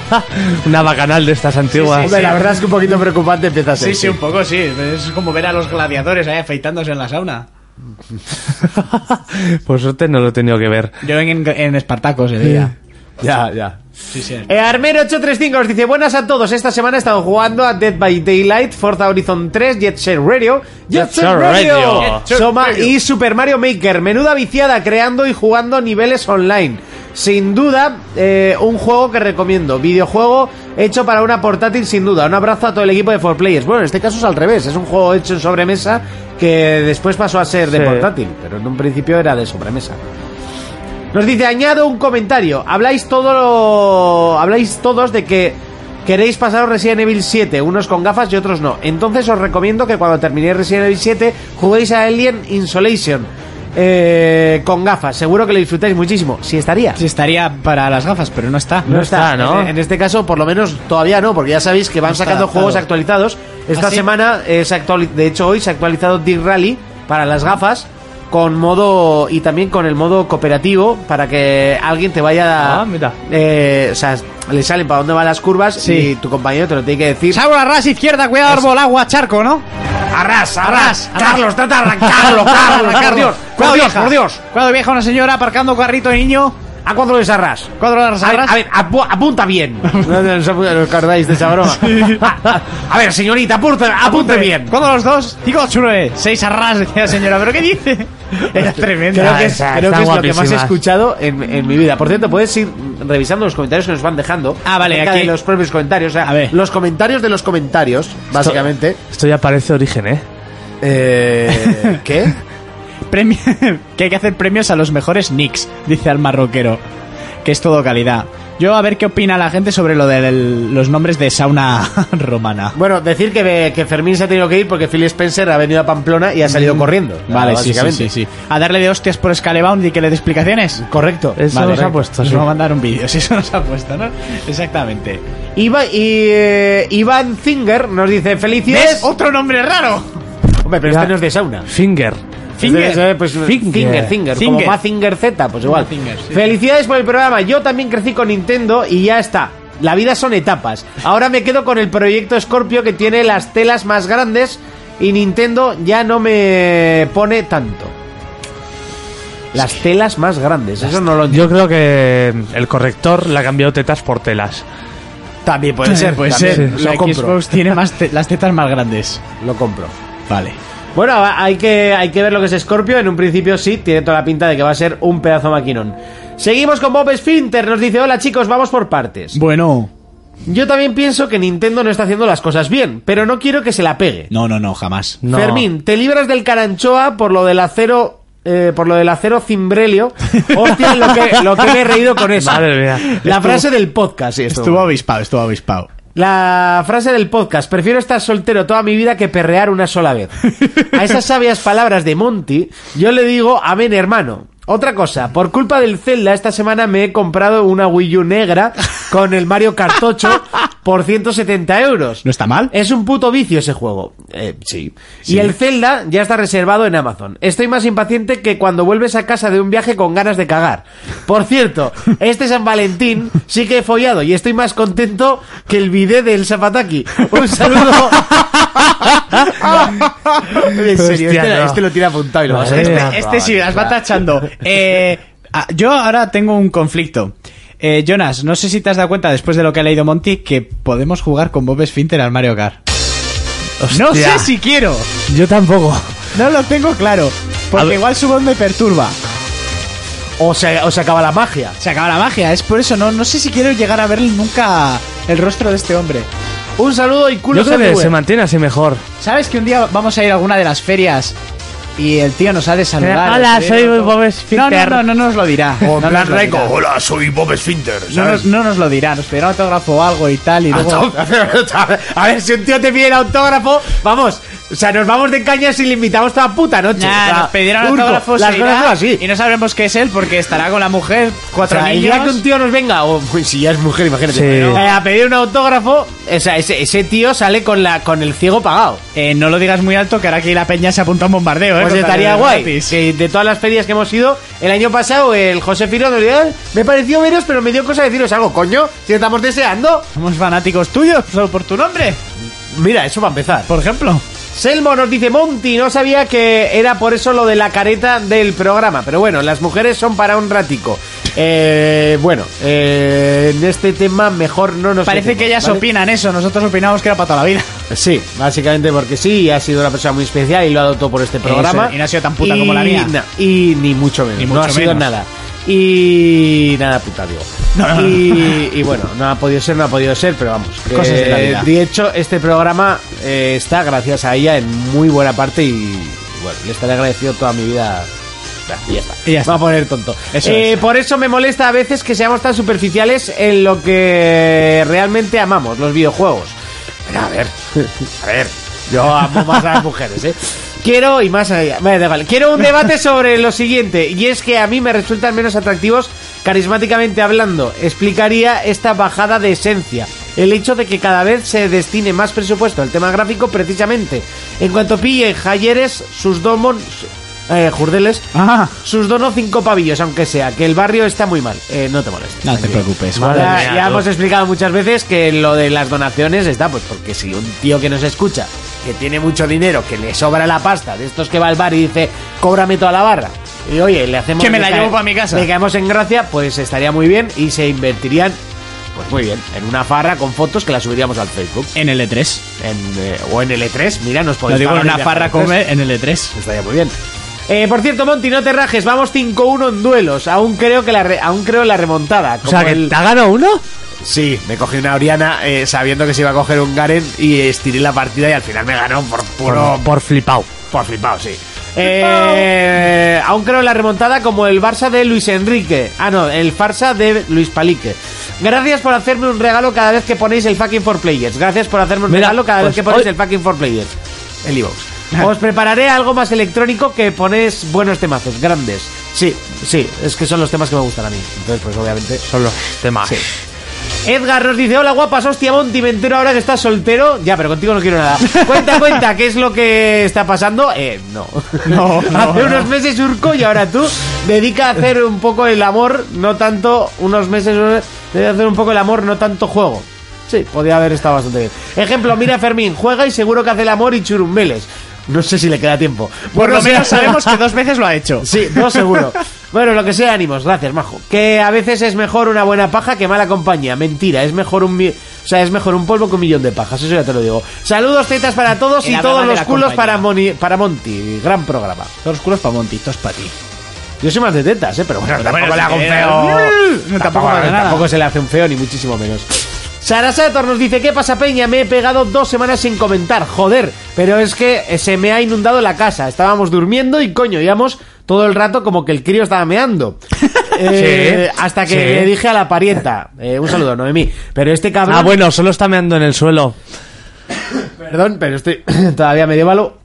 Una bacanal de estas antiguas. Hombre, la verdad es que un poquito preocupante empieza a ser. Sí, sí, un poco, sí. Es como ver a los gladiadores ahí afeitándose en la sauna. Por suerte no lo he tenido que ver. Yo en, en Espartaco ese día. Ya, ya. Sí, sí. Eh, Armero835 os dice Buenas a todos, esta semana he estado jugando a Dead by Daylight, Forza Horizon 3, Jet Set Radio, Jet Set Radio, Radio. Soma y Super Mario Maker. Menuda viciada creando y jugando niveles online. Sin duda, eh, un juego que recomiendo. Videojuego hecho para una portátil, sin duda. Un abrazo a todo el equipo de 4Players. Bueno, en este caso es al revés. Es un juego hecho en sobremesa que después pasó a ser de Sí. portátil. Pero en un principio era de sobremesa. Nos dice, añado un comentario. Habláis todo lo- Habláis todos de que queréis pasaros Resident Evil 7, unos con gafas y otros no. Entonces os recomiendo que cuando terminéis Resident Evil 7 juguéis a Alien Insolation eh, con gafas. Seguro que lo disfrutáis muchísimo. Si estaría. Sí, estaría para las gafas, pero no está. No está, está, ¿no? En, en este caso, por lo menos todavía no, porque ya sabéis que van está sacando adaptado. juegos actualizados. Esta ¿Ah, sí? semana, eh, se actuali- de hecho, hoy se ha actualizado Dick Rally para las gafas con modo y también con el modo cooperativo para que alguien te vaya Ah, mira. eh, o sea le salen para dónde van las curvas y tu compañero te lo tiene que decir Saura, ras, izquierda, cuidado, árbol, agua, charco, ¿no? arras arras, arras. Carlos trata de arrancarlo Carlos por Dios por Dios por Dios Cuadro vieja, una señora aparcando carrito de niño. a cuánto es arras Cuadro de las A ver, arras. a ver, apu- apunta bien. No, no, no, no acordáis de esa broma. A ver, señorita, apunte, apunte bien. ¿Cuándo los dos? Digo, chulo, eh. Seis arras, decía la señora. ¿Pero qué dice? Era tremendo. Creo que es, Esas creo que es están lo que más he guapísimas. escuchado en, en mi vida. Por cierto, puedes ir revisando los comentarios que nos van dejando. Ah, vale, acerca aquí- de los propios comentarios. O sea, A ver. los comentarios de los comentarios, básicamente. Esto ya parece origen, ¿eh? Eh, ¿Qué? Premio- que hay que hacer premios a los mejores nicks, dice al marroquero. Que es todo calidad. Yo a ver qué opina la gente sobre lo de los nombres de sauna romana. Bueno, decir que, que Fermín se ha tenido que ir porque Phil Spencer ha venido a Pamplona y ha salido corriendo. Vale, sí, sí, básicamente. sí, sí. A darle de hostias por Scalebound y que le dé explicaciones. Correcto. Eso Vale, nos ha correcto. puesto, Nos sí. va a mandar un vídeo, si eso nos ha puesto, ¿no? Exactamente. Iba- y, eh, Iván Zinger nos dice felicidades. ¿Ves? ¡Otro nombre raro! Hombre, pero Ya. este no es de sauna. Finger. Es de- eh, pues, Finger, Finger, como Finger. Mazinger Z, pues igual. Mazinger, sí. Felicidades por el programa. Yo también crecí con Nintendo y ya está. La vida son etapas. Ahora me quedo con el proyecto Scorpio que tiene las telas más grandes y Nintendo ya no me pone tanto. Las telas más grandes, eso no lo entiendo. Yo creo que el corrector la ha cambiado tetas por telas. También puede ser, Puede también. ser. Lo La compro, Xbox tiene más te- las tetas más grandes. lo compro. Vale. Bueno, va- hay que, hay que ver lo que es Scorpio. En un principio sí, tiene toda la pinta de que va a ser un pedazo maquinón. Seguimos con Bob Sfinter. Nos dice, hola chicos, vamos por partes. Bueno. Yo también pienso que Nintendo no está haciendo las cosas bien, pero no quiero que se la pegue. No, no, no, jamás. No. Fermín, te libras del caranchoa por lo del acero... eh, por lo del acero cimbrelio. Hostia, lo que, lo que me he reído con eso. Madre mía. La frase del podcast, sí, esto. Estuvo avispado, estuvo avispado. La frase del podcast, prefiero estar soltero toda mi vida que perrear una sola vez. A esas sabias palabras de Monty, yo le digo amén hermano. Otra cosa, por culpa del Zelda esta semana me he comprado una Wii U negra con el Mario Kart 8 por 170 euros. ¿No está mal? Es un puto vicio ese juego. Eh, sí. Y el Zelda ya está reservado en Amazon. Estoy más impaciente que cuando vuelves a casa de un viaje con ganas de cagar. Por cierto, este San Valentín sí que he follado y estoy más contento que el bidé del Zapataki. Un saludo. en serio, Hostia, este, no. este lo tiene apuntado y lo va a Madre hacer. mía. Este, este sí, las va tachando. Eh, ah, yo ahora tengo un conflicto. Eh, Jonas, no sé si te has dado cuenta después de lo que ha leído Monty que podemos jugar con Bob Sfinter al Mario Kart. No sé si quiero. Yo tampoco. No lo tengo claro. A Porque ver. igual su voz me perturba. O se, o se acaba la magia. Se acaba la magia, es por eso. No, no sé si quiero llegar a ver nunca el rostro de este hombre. Un saludo y culo Yo creo que eh. se mantiene así mejor. ¿Sabes que un día vamos a ir a alguna de las ferias y el tío nos ha de saludar? Hola, el soy tío- Bob No, no, Sfinter. no, no nos lo dirá. Oh, O no en plan nos lo Reiko, dirá. hola, soy Bob Sfinter, No ¿sabes? nos, no nos lo dirá, nos pedirá autógrafo o algo y tal. Ah, Y luego... a ver, si un tío te pide el autógrafo, vamos. O sea, nos vamos de caña si le invitamos toda puta noche. Nah, O sea, nos pedirá Ah, turco, autógrafo las se cosas irá, son así. y no sabremos qué es él porque estará con la mujer, cuatro O sea, el niños. día que un tío nos venga, o uy, si ya es mujer, imagínate, Sí. eh, a pedir un autógrafo, o sea, ese, ese tío sale con la con el ciego pagado. Eh, no lo digas muy alto que ahora aquí la peña se apunta a un bombardeo, ¿eh? Pues Contra estaría el guay. gratis. Que de todas las ferias que hemos ido, el año pasado el José Firo nos dijo, "Ah, me pareció veros, pero me dio cosa deciros algo, coño, si estamos deseando. Somos fanáticos tuyos, solo por tu nombre, Mira, eso va a empezar. por ejemplo. Selmo nos dice Monty, no sabía que era por eso lo de la careta del programa, pero bueno, las mujeres son para un ratico. Eh, bueno, eh, en este tema mejor no nos... Parece metemos, que ellas ¿vale? opinan eso, nosotros opinamos que era para toda la vida. Sí, básicamente porque sí, ha sido una persona muy especial y lo adoptó por este programa. Eso, y no ha sido tan puta como la mía. na- y ni mucho menos, Ni no ha mucho sido menos. nada. Y nada, puta, digo. y, y bueno, no ha podido ser, no ha podido ser, pero vamos. que, Cosas de la vida. De hecho, este programa eh, está gracias a ella en muy buena parte y bueno, le estaré agradecido toda mi vida. Y ya está. Y ya está. Me voy a poner tonto. Eso Eh, es. Por eso me molesta a veces que seamos tan superficiales en lo que realmente amamos, los videojuegos. Pero a ver, a ver, yo amo más a las mujeres, ¿eh? Quiero, y más allá, vale, da igual. quiero un debate sobre lo siguiente, y es que a mí me resultan menos atractivos, carismáticamente hablando, explicaría esta bajada de esencia. El hecho de que cada vez se destine más presupuesto al tema gráfico, precisamente. En cuanto pille Jayeres, sus domon... Eh, jurdeles, Ah, sus dono cinco pavillos, aunque sea, que el barrio está muy mal. Eh, no te molestes. no te Tranquilo. preocupes. Madre Ya, mía, ya tú. hemos explicado muchas veces que lo de las donaciones está, pues porque si un tío que nos escucha, que tiene mucho dinero, que le sobra la pasta, de estos que va al bar y dice, cóbrame toda la barra, y oye, le hacemos... Que me la le cae- llevo pa' mi casa. Le caemos en gracia, pues estaría muy bien y se invertirían, pues muy bien, en una farra con fotos que la subiríamos al Facebook. En el E3. En, eh, o en el E3, mira, nos Lo podéis digo en pagar el una Pues viaje farra al E E3. como en el E E3. Estaría muy bien. Eh, por cierto, Monty, no te rajes, vamos 5-1 en duelos. Aún creo que la re- aún creo en la remontada. O sea, como que el- te ha ganado uno. Sí, me cogí una Oriana eh, sabiendo que se iba a coger un Garen y estiré la partida y al final me ganó por puro. Por flipado. por flipado, sí. Eh, aún creo en la remontada como el Barça de Luis Enrique. Ah, no, el Farsa de Luis Palique. Gracias por hacerme un regalo cada vez que ponéis el fucking for players. Gracias por hacerme un Mira, regalo cada vez pues que ponéis hoy- el fucking for players. El iVoox. Os prepararé algo más electrónico que ponéis buenos temazos, grandes. Sí, sí, es que son los temas que me gustan a mí. Entonces, pues obviamente Son los temas. Edgar nos dice, hola guapas, hostia, Monti, me entero ahora que estás soltero. Ya, pero contigo no quiero nada. Cuenta, cuenta, ¿qué es lo que está pasando? Eh, no. No, no, Hace no. unos meses Urco y ahora tú dedica a hacer un poco el amor, no tanto unos meses, debe hacer un poco el amor, no tanto juego. Sí, podía haber estado bastante bien. Ejemplo, mira a Fermín, juega y seguro que hace el amor y churumbeles. No sé si le queda tiempo. Por Bueno, lo menos sea- sabemos que dos veces lo ha hecho. Sí, no seguro. Bueno, lo que sea, ánimos, gracias, majo. Que a veces es mejor una buena paja que mala compañía. Mentira, es mejor un mi- o sea, es mejor un polvo que un millón de pajas, eso ya te lo digo. Saludos, tetas para todos El y alma todos de los la culos compañía. para, Moni- para Monty. Gran programa. Todos los culos para Montitos para ti. Yo soy más de tetas, ¿eh? pero bueno, tampoco bueno, le hago un sí, ¿eh? feo. no, tampoco hago nada. tampoco se le hace un feo, ni muchísimo menos. Sara Sator nos dice, ¿qué pasa Peña? Me he pegado dos semanas sin comentar, joder, pero es que eh, se me ha inundado la casa, estábamos durmiendo y coño, íbamos todo el rato como que el crío estaba meando. Eh, Sí, hasta que sí. le dije a la parienta, eh, un saludo Noemí, pero este cabrón... Ah, bueno, solo está meando en el suelo. Perdón, pero estoy todavía medio malo.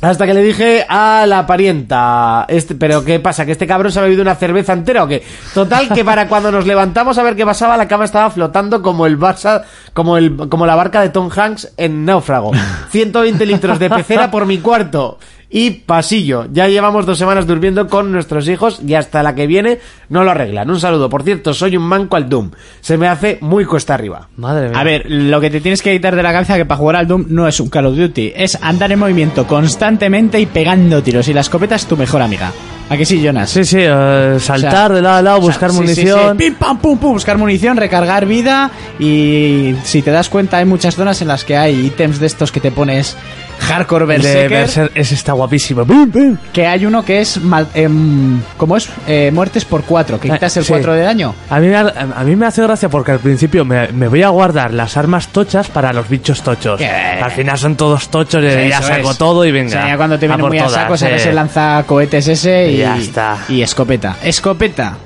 Hasta que le dije a la parienta, este, pero ¿qué pasa? ¿Que este cabrón se ha bebido una cerveza entera o qué? Total, que para cuando nos levantamos a ver qué pasaba, la cama estaba flotando como el Barça, como, el, como la barca de Tom Hanks en Náufrago. 120 litros de pecera por mi cuarto y pasillo. Ya llevamos dos semanas durmiendo con nuestros hijos y hasta la que viene no lo arreglan. Un saludo. Por cierto, soy un manco al Doom. Se me hace muy cuesta arriba. Madre mía. A ver, lo que te tienes que quitar de la cabeza que para jugar al Doom no es un Call of Duty, es andar en movimiento constantemente y pegando tiros. Y la escopeta es tu mejor amiga. ¿A que sí, Jonas? Sí, sí, eh, saltar de lado a lado, O sea, buscar sí, sí, munición. sí. Pim, pam, pum, pum. Buscar munición, recargar vida. Y si te das cuenta, hay muchas zonas en las que hay ítems de estos que te pones hardcore El de berserker. Berser- ese está guapísimo. Bum, bum. que hay uno que es. Mal, em, ¿Cómo es? Eh, muertes por 4. Que quitas el Sí. 4 de daño. A mí, me ha- a mí me hace gracia porque al principio me, me voy a guardar las armas tochas para los bichos tochos. ¿Qué? Al final son todos tochos y ya Eso saco es. todo y O venga. sea, ya cuando te viene por muy a todas, saco, sacas eh. el lanzacohetes ese y, Y ya está. Y escopeta. Escopeta.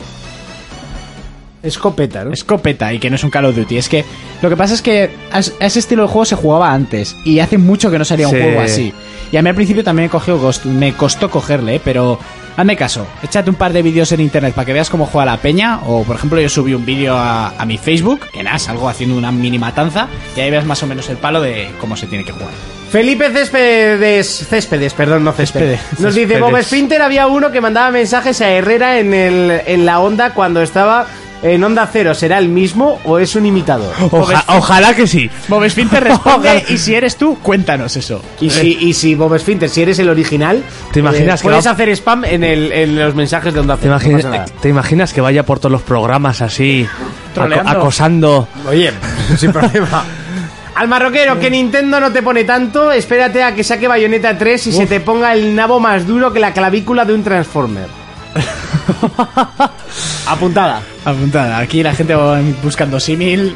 Escopeta, ¿no? Escopeta y que no es un Call of Duty. Es que lo que pasa es que a es- a ese estilo de juego se jugaba antes y hace mucho que no salía Sí. un juego así. Y a mí al principio también me, cogió cost- me costó cogerle, ¿eh? pero hazme caso. Échate un par de vídeos en internet para que veas cómo juega la peña. O por ejemplo, yo subí un vídeo a, a mi Facebook, que nada, salgo haciendo una mini matanza y ahí ves más o menos el palo de cómo se tiene que jugar. Felipe Céspedes, Céspedes, perdón, no Céspedes. Céspedes. Nos dice, Céspedes. Bob Sprinter había uno que mandaba mensajes a Herrera en, el, en la onda cuando estaba en Onda Cero. ¿Será el mismo o es un imitador? Oja- ojalá que sí. Bob Esfinter responde y si eres tú, cuéntanos eso. Y si, y si Bob Sprinter, si eres el original, eh, ¿Te imaginas que puedes va- hacer spam en, el, en los mensajes de Onda ¿Te Cero. no imaginas, pasa nada. te imaginas que vaya por todos los programas así, aco- Troleando. acosando? Oye, sin problema. Al marroquero, que Nintendo no te pone tanto, espérate a que saque Bayonetta 3 y se te ponga el nabo más duro que la clavícula de un Transformer. Apuntada. Apuntada, aquí la gente va buscando símil,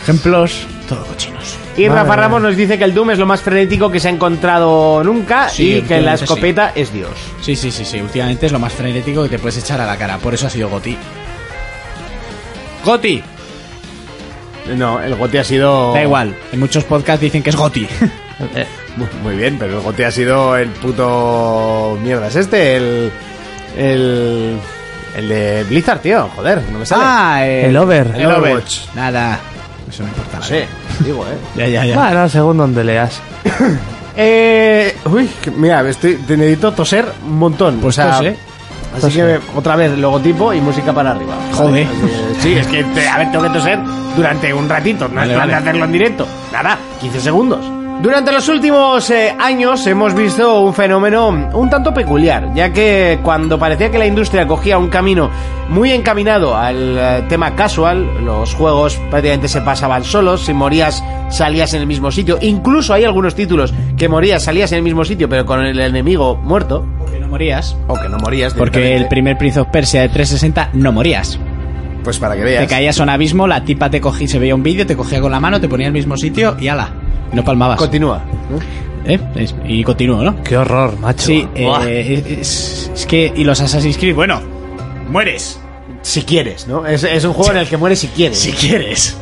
ejemplos, todo cochinos. Y Madre Rafa mía. Ramos nos dice que el Doom es lo más frenético que se ha encontrado nunca Sí, y que la últimamente escopeta es Dios. Sí, sí, sí, sí. Últimamente es lo más frenético que te puedes echar a la cara. Por eso ha sido Goti. ¡Goti! No, el gote ha sido. Da igual. En muchos podcasts dicen que es Goti. Mu- Muy bien, pero el gote ha sido el puto. Mierda, es este, el. El. El de Blizzard, tío. Joder, no me sale. eh, El over. el Overwatch. Nada. Eso no importa. No nada. sé, digo, eh. Ya, ya, ya. Bueno, según donde leas. Eh, uy, que- mira, estoy, te necesito toser un montón. Pues o sea, tose. Así que otra vez, logotipo y música para arriba. Joder. Así que- Sí, es que te- a ver, tengo que toser durante un ratito, no es Vale, plan de vale. hacerlo en directo. Nada, 15 segundos. Durante los últimos eh, años hemos visto un fenómeno un tanto peculiar, ya que cuando parecía que la industria cogía un camino muy encaminado al eh, tema casual, los juegos prácticamente se pasaban solos, si morías salías en el mismo sitio, incluso hay algunos títulos que morías salías en el mismo sitio pero con el enemigo muerto, Porque no morías. o que no morías. Porque el directamente. primer Prince of Persia de 360 no morías. Pues para que Te veas. caías a un abismo, la tipa te cogía, se veía un vídeo, te cogía con la mano, te ponía en el mismo sitio y ala. No palmabas. Continúa. ¿eh? Es- y continúo, ¿no? Qué horror, macho. Sí, Buah. eh, es, es que. Y los Assassin's Creed, bueno, mueres Si quieres, ¿no? Es, es un juego en el que mueres si quieres. si quieres.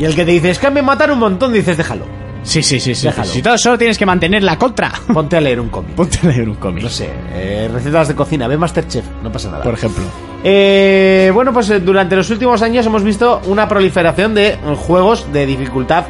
Y el que te dice, es que me matan un montón, dices, déjalo. Sí, sí, sí, sí. Déjalo. Si todo solo tienes que mantener la contra. Ponte a leer un cómic. Ponte a leer un cómic. No sé, eh, recetas de cocina, ve Masterchef, no pasa nada. Por ejemplo. Eh, bueno, pues eh, durante los últimos años hemos visto una proliferación de eh, juegos de dificultad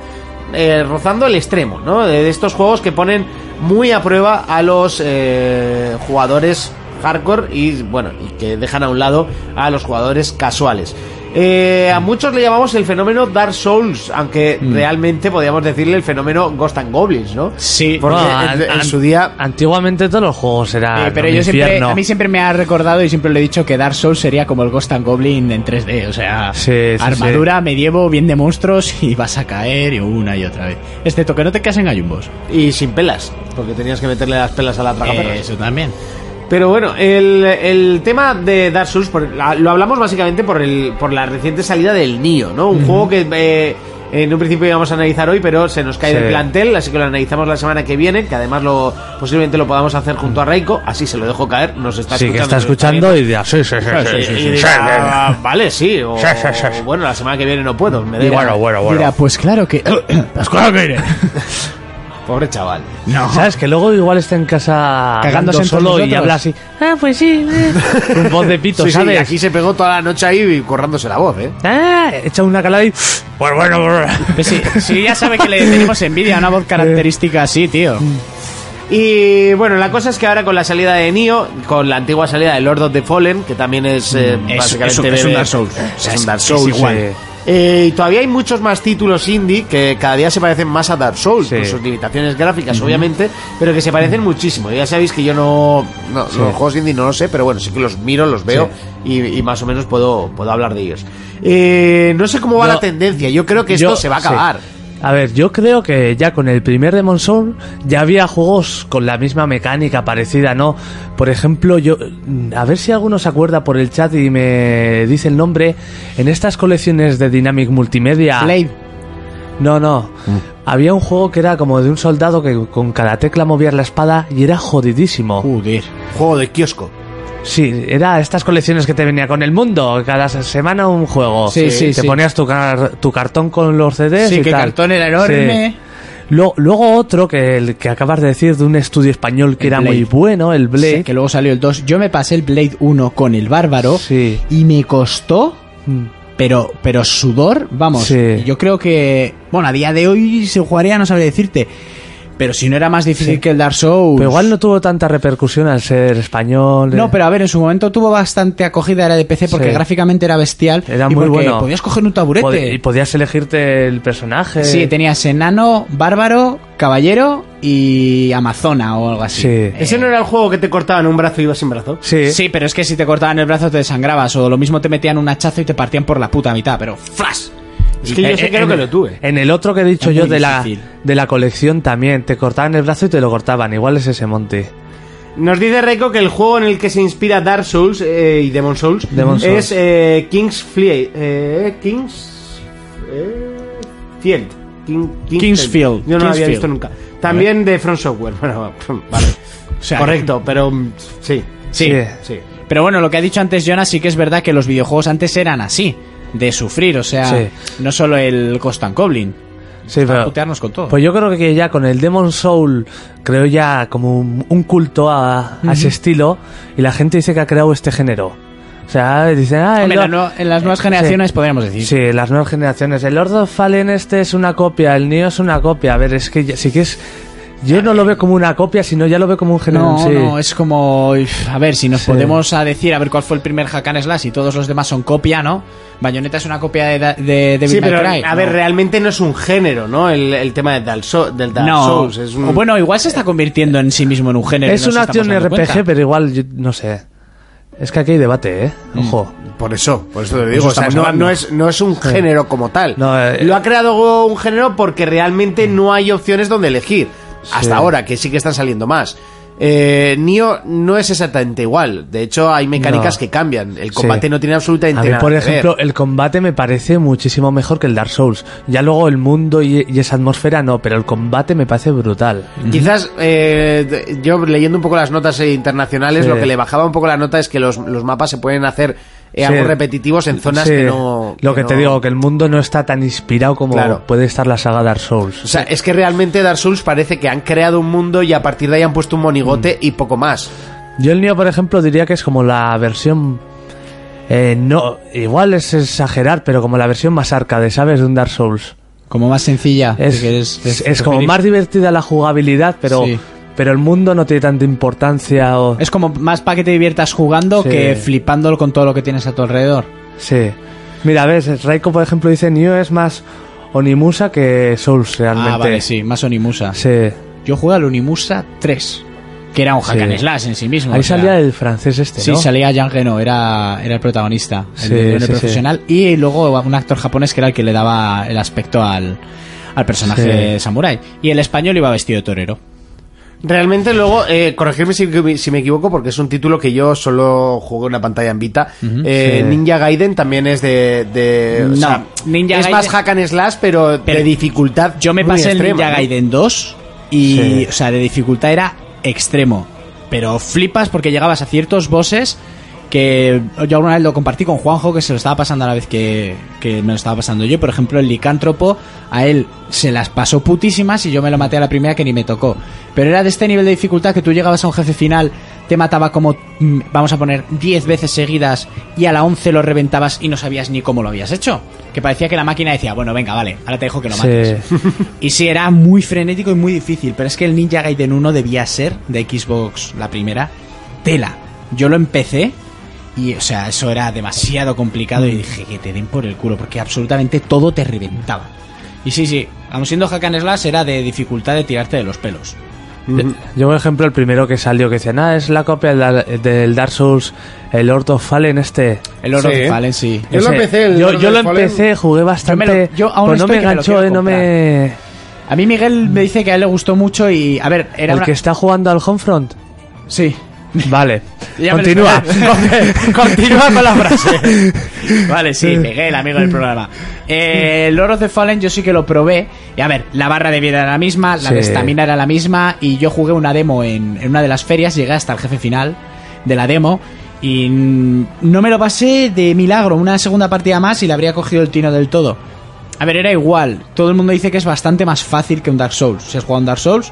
eh, rozando el extremo, ¿no? De estos juegos que ponen muy a prueba a los eh, jugadores hardcore y, bueno, y que dejan a un lado a los jugadores casuales. Eh, a muchos le llamamos el fenómeno Dark Souls, aunque Mm. realmente podríamos decirle el fenómeno Ghost and Goblins, ¿no? Sí, porque Bueno, an- en- en an- su día Antiguamente todos los juegos eran. Eh, Ah, pero un yo siempre, infierno. a mí siempre me ha recordado y siempre le he dicho que Dark Souls sería como el Ghost and Goblin en 3D, o sea, Sí, sí, armadura, medievo, bien de monstruos y vas a caer y una y otra vez. Excepto que no te caes en gallumbos. y sin pelas, porque tenías que meterle las pelas a la tragaperras. Eh, eso también. Pero bueno, el, el tema de Dark Souls por- la- lo hablamos básicamente por, el, por la reciente salida del Nio, ¿no? Un juego que eh, en un principio íbamos a analizar hoy, pero se nos cae Sí. del plantel, así que lo analizamos la semana que viene, que además lo posiblemente lo podamos hacer junto a Raiko, así se lo dejo caer, nos está Mm. Sí, escuchando. que está nos escuchando y dirá, sí, sí, sí, viendo. sí, sí, Y- y sí, sí, dirá, vale, sí, o, Sí, sí, sí, sí. o bueno, la semana que viene no puedo, me da sí. igual. Bueno, bueno, bueno. Mira, pues claro que... pues claro que iré. Pobre chaval. No. ¿Sabes? Que luego igual está en casa Cagándose hablando entre solo y nosotros. habla así. Ah, pues sí. eh", Con voz de pito, Sí, sí, ¿sabes? aquí se pegó toda la noche ahí corrándose la voz, ¿eh? Ah, echa una calada y. Pues bueno, bueno. Pues sí, sí, ya sabe que le tenemos envidia a una voz característica así, tío. Y bueno, la cosa es que ahora con la salida de Nio, con la antigua salida de Lord of the Fallen, que también es eh, es- básicamente es un- es un bebe- Dark Souls. O Es, sea, un es- Dark es Souls igual. eh. Eh, y todavía hay muchos más títulos indie que cada día se parecen más a Dark Souls, Sí. con sus limitaciones gráficas, obviamente, pero que se parecen muchísimo. Ya sabéis que yo no, no los juegos indie no lo sé, pero bueno, sí que los miro, los veo y, y más o menos puedo, puedo hablar de ellos. Eh, no sé cómo va Yo- la tendencia, yo creo que esto Yo- se va a sí. acabar. A ver, yo creo que ya con el primer Demon Soul ya había juegos con la misma mecánica parecida, ¿no? Por ejemplo, yo mm, a ver si alguno se acuerda por el chat y me dice el nombre en estas colecciones de Dynamic Multimedia. Blade. Eh. No, no. Mm. Había un juego que era como de un soldado que con cada tecla movías la espada y era jodidísimo. Joder. Juego de kiosco. Sí, era estas colecciones que te venía con el mundo, cada semana un juego. Sí, sí, Te sí. ponías tu, car- tu cartón con los CDs Sí, y que tal. cartón era enorme. Sí. Lo- luego otro que el que acabas de decir de un estudio español que El era Blade. muy bueno, el Blade. Sí, que luego salió el 2. Yo me pasé el Blade 1 con el Bárbaro Sí. y me costó, Mm. pero, pero sudor, vamos. Sí. Yo creo que, bueno, a día de hoy se jugaría, no sabría decirte. Pero si no era más difícil que el Dark Souls. Pero igual no tuvo tanta repercusión al ser español. eh. No, pero a ver, en su momento tuvo bastante acogida, era de PC, porque Sí. gráficamente era bestial. Era y muy porque bueno. Podías coger un Pod- taburete. y podías elegirte el personaje. Sí, tenías enano, bárbaro, caballero y amazona o algo así. Sí. Eh, ¿Ese no era el juego que te cortaban un brazo y ibas sin brazo? Sí. Sí, pero es que si te cortaban el brazo te desangrabas o lo mismo te metían un hachazo y te partían por la puta mitad, pero ¡flash! Es que yo Eh, sí eh, creo en- que lo tuve. En el otro que he dicho Es yo muy de la, difícil. de la colección también, te cortaban el brazo y te lo cortaban. Igual es ese monte. Nos dice Reiko que el juego en el que se inspira Dark Souls eh, y Demon Souls Demon Souls. es eh, King's Flie- eh, Kings eh, Field. King- Kingsfield. Yo no lo había Kingsfield. visto nunca. También de Front Software. Bueno, vale. O sea, Correcto, pero mm, sí, Sí. sí. Pero bueno, lo que ha dicho antes Jonas sí que es verdad que los videojuegos antes eran así, de sufrir, o sea, Sí. no solo el Ghost and Goblin, Sí, para pero- putearnos con todo. Pues yo creo que ya con el Demon Soul creo ya como un, un culto a, a ese estilo y la gente dice que ha creado este género. O sea, dicen, Hombre, ah, el en, la Lord- nue- en las nuevas Sí. generaciones podríamos decir. Sí, las nuevas generaciones. El Lord of Fallen este es una copia, el Neo es una copia. A ver, es que ya- sí que es... Yo no lo veo como una copia, sino ya lo veo como un género. No, en sí. no, es como... uf, A ver, si nos Sí. podemos a decir, a ver cuál fue el primer Hack and Slash y todos los demás son copia, ¿no? Bayonetta es una copia de, Da- de Devil Sí, May pero Cry, a ver, ¿no? realmente no es un género, ¿no? El, el tema de Dark Sou- del Dark No. Souls. Es un... O bueno, igual se está convirtiendo en sí mismo en un género. Es no nos una estamos acción dando RPG, cuenta. pero igual, yo- no sé. Es que aquí hay debate, ¿eh? Mm. Ojo. Por eso, por eso te lo digo. eso o sea, estamos no, hablando. no es, no es un género como tal. No, eh, lo ha creado un género porque realmente no hay opciones donde elegir. Hasta ahora, que sí que están saliendo más. Eh, Nio no es exactamente igual. De hecho, hay mecánicas No. que cambian. El combate Sí. no tiene absolutamente A mí, nada por que ver. ejemplo, el combate me parece muchísimo mejor que el Dark Souls. Ya luego el mundo y, y esa atmósfera no, pero el combate me parece brutal. Quizás eh, de- yo leyendo un poco las notas eh, internacionales, Sí. lo que le bajaba un poco la nota es que los, los mapas se pueden hacer eh, Sí. algo repetitivos en zonas Sí. que no. Lo que te no- digo, que el mundo no está tan inspirado como Claro. puede estar la saga Dark O Souls. sea, es que realmente Dark Souls parece que han creado un mundo y a partir de ahí han puesto un monigote Mm. y poco más. Yo el Neo, por ejemplo, diría que es como la versión... eh, no, igual es exagerar, pero como la versión más arcade, ¿sabes? De un Dark Souls. Como más sencilla. Es, que es- es- es como más divertida la jugabilidad, pero, Sí. pero el mundo no tiene tanta importancia. O, Es como más para que te diviertas jugando Sí. que flipándolo con todo lo que tienes a tu alrededor. Sí. Mira, ves, Raiko, por ejemplo, dice Nio es más Onimusa que Souls realmente. Ah, vale, sí, más Onimusa. Sí. Yo jugué al Onimusa 3, que era un hack and Sí. slash en sí mismo. Ahí o sea, salía el francés este, Sí, ¿no? salía Jan Geno, era, era el protagonista, el, Sí, leonero sí, sí. profesional. Y luego un actor japonés que era el que le daba el aspecto al, al personaje Sí. de Samurai. Y el español iba vestido de torero. Realmente luego, eh, corregirme si, si me equivoco, porque es un título que yo solo jugué en la pantalla en Vita. Eh, Sí. Ninja Gaiden también es de... de- o No, sea, Ninja es Gaiden- más hack and slash, pero, Pero de dificultad Yo me muy pasé el extrema, Ninja ¿no? Gaiden 2 y, Sí. o sea, de dificultad era extremo. Pero flipas porque llegabas a ciertos bosses que yo alguna vez lo compartí con Juanjo, que se lo estaba pasando a la vez que, que me lo estaba pasando yo. Por ejemplo, el licántropo, a él se las pasó putísimas y yo me lo maté a la primera que ni me tocó. Pero era de este nivel de dificultad que tú llegabas a un jefe final, te mataba como, mm, vamos a poner, 10 veces seguidas y a la 11 lo reventabas y no sabías ni cómo lo habías hecho. Que parecía que la máquina decía, bueno, venga, vale, ahora te dejo que lo Sí. mates. Y sí, era muy frenético y muy difícil, pero es que el Ninja Gaiden 1 debía ser de Xbox, la primera, tela. Yo lo empecé y, o sea, eso era demasiado complicado y dije que te den por el culo, porque absolutamente todo te reventaba. Y sí, sí, aun siendo Hack and Slash era de dificultad de tirarte de los pelos. Yo, por ejemplo, el primero que salió que decía, ah, es la copia del, del Dark Souls, el Lord of Fallen este. El oro Sí. de Fallen, sí. Yo lo Ese- empecé, el yo, Lord yo of lo Fallen. empecé, jugué bastante, Yo me lo- yo aún pero no estoy me que me lo enganchó, quiero eh, no me... A mí Miguel me dice que a él le gustó mucho y, a ver, era el una- que está jugando al Homefront. Sí. Vale, Ya me lo continúa. Continúa con la frase. Eh. Vale, sí, Miguel, amigo del programa. Eh, el Lord of the Fallen yo sí que lo probé. Y a ver, la barra de vida era la misma, la Sí. de estamina era la misma. Y yo jugué una demo en, en una de las ferias, llegué hasta el jefe final de la demo. Y mm, no me lo pasé de milagro. Una segunda partida más y le habría cogido el tino del todo. A ver, era igual. Todo el mundo dice que es bastante más fácil que un Dark Souls. Si has jugado un Dark Souls,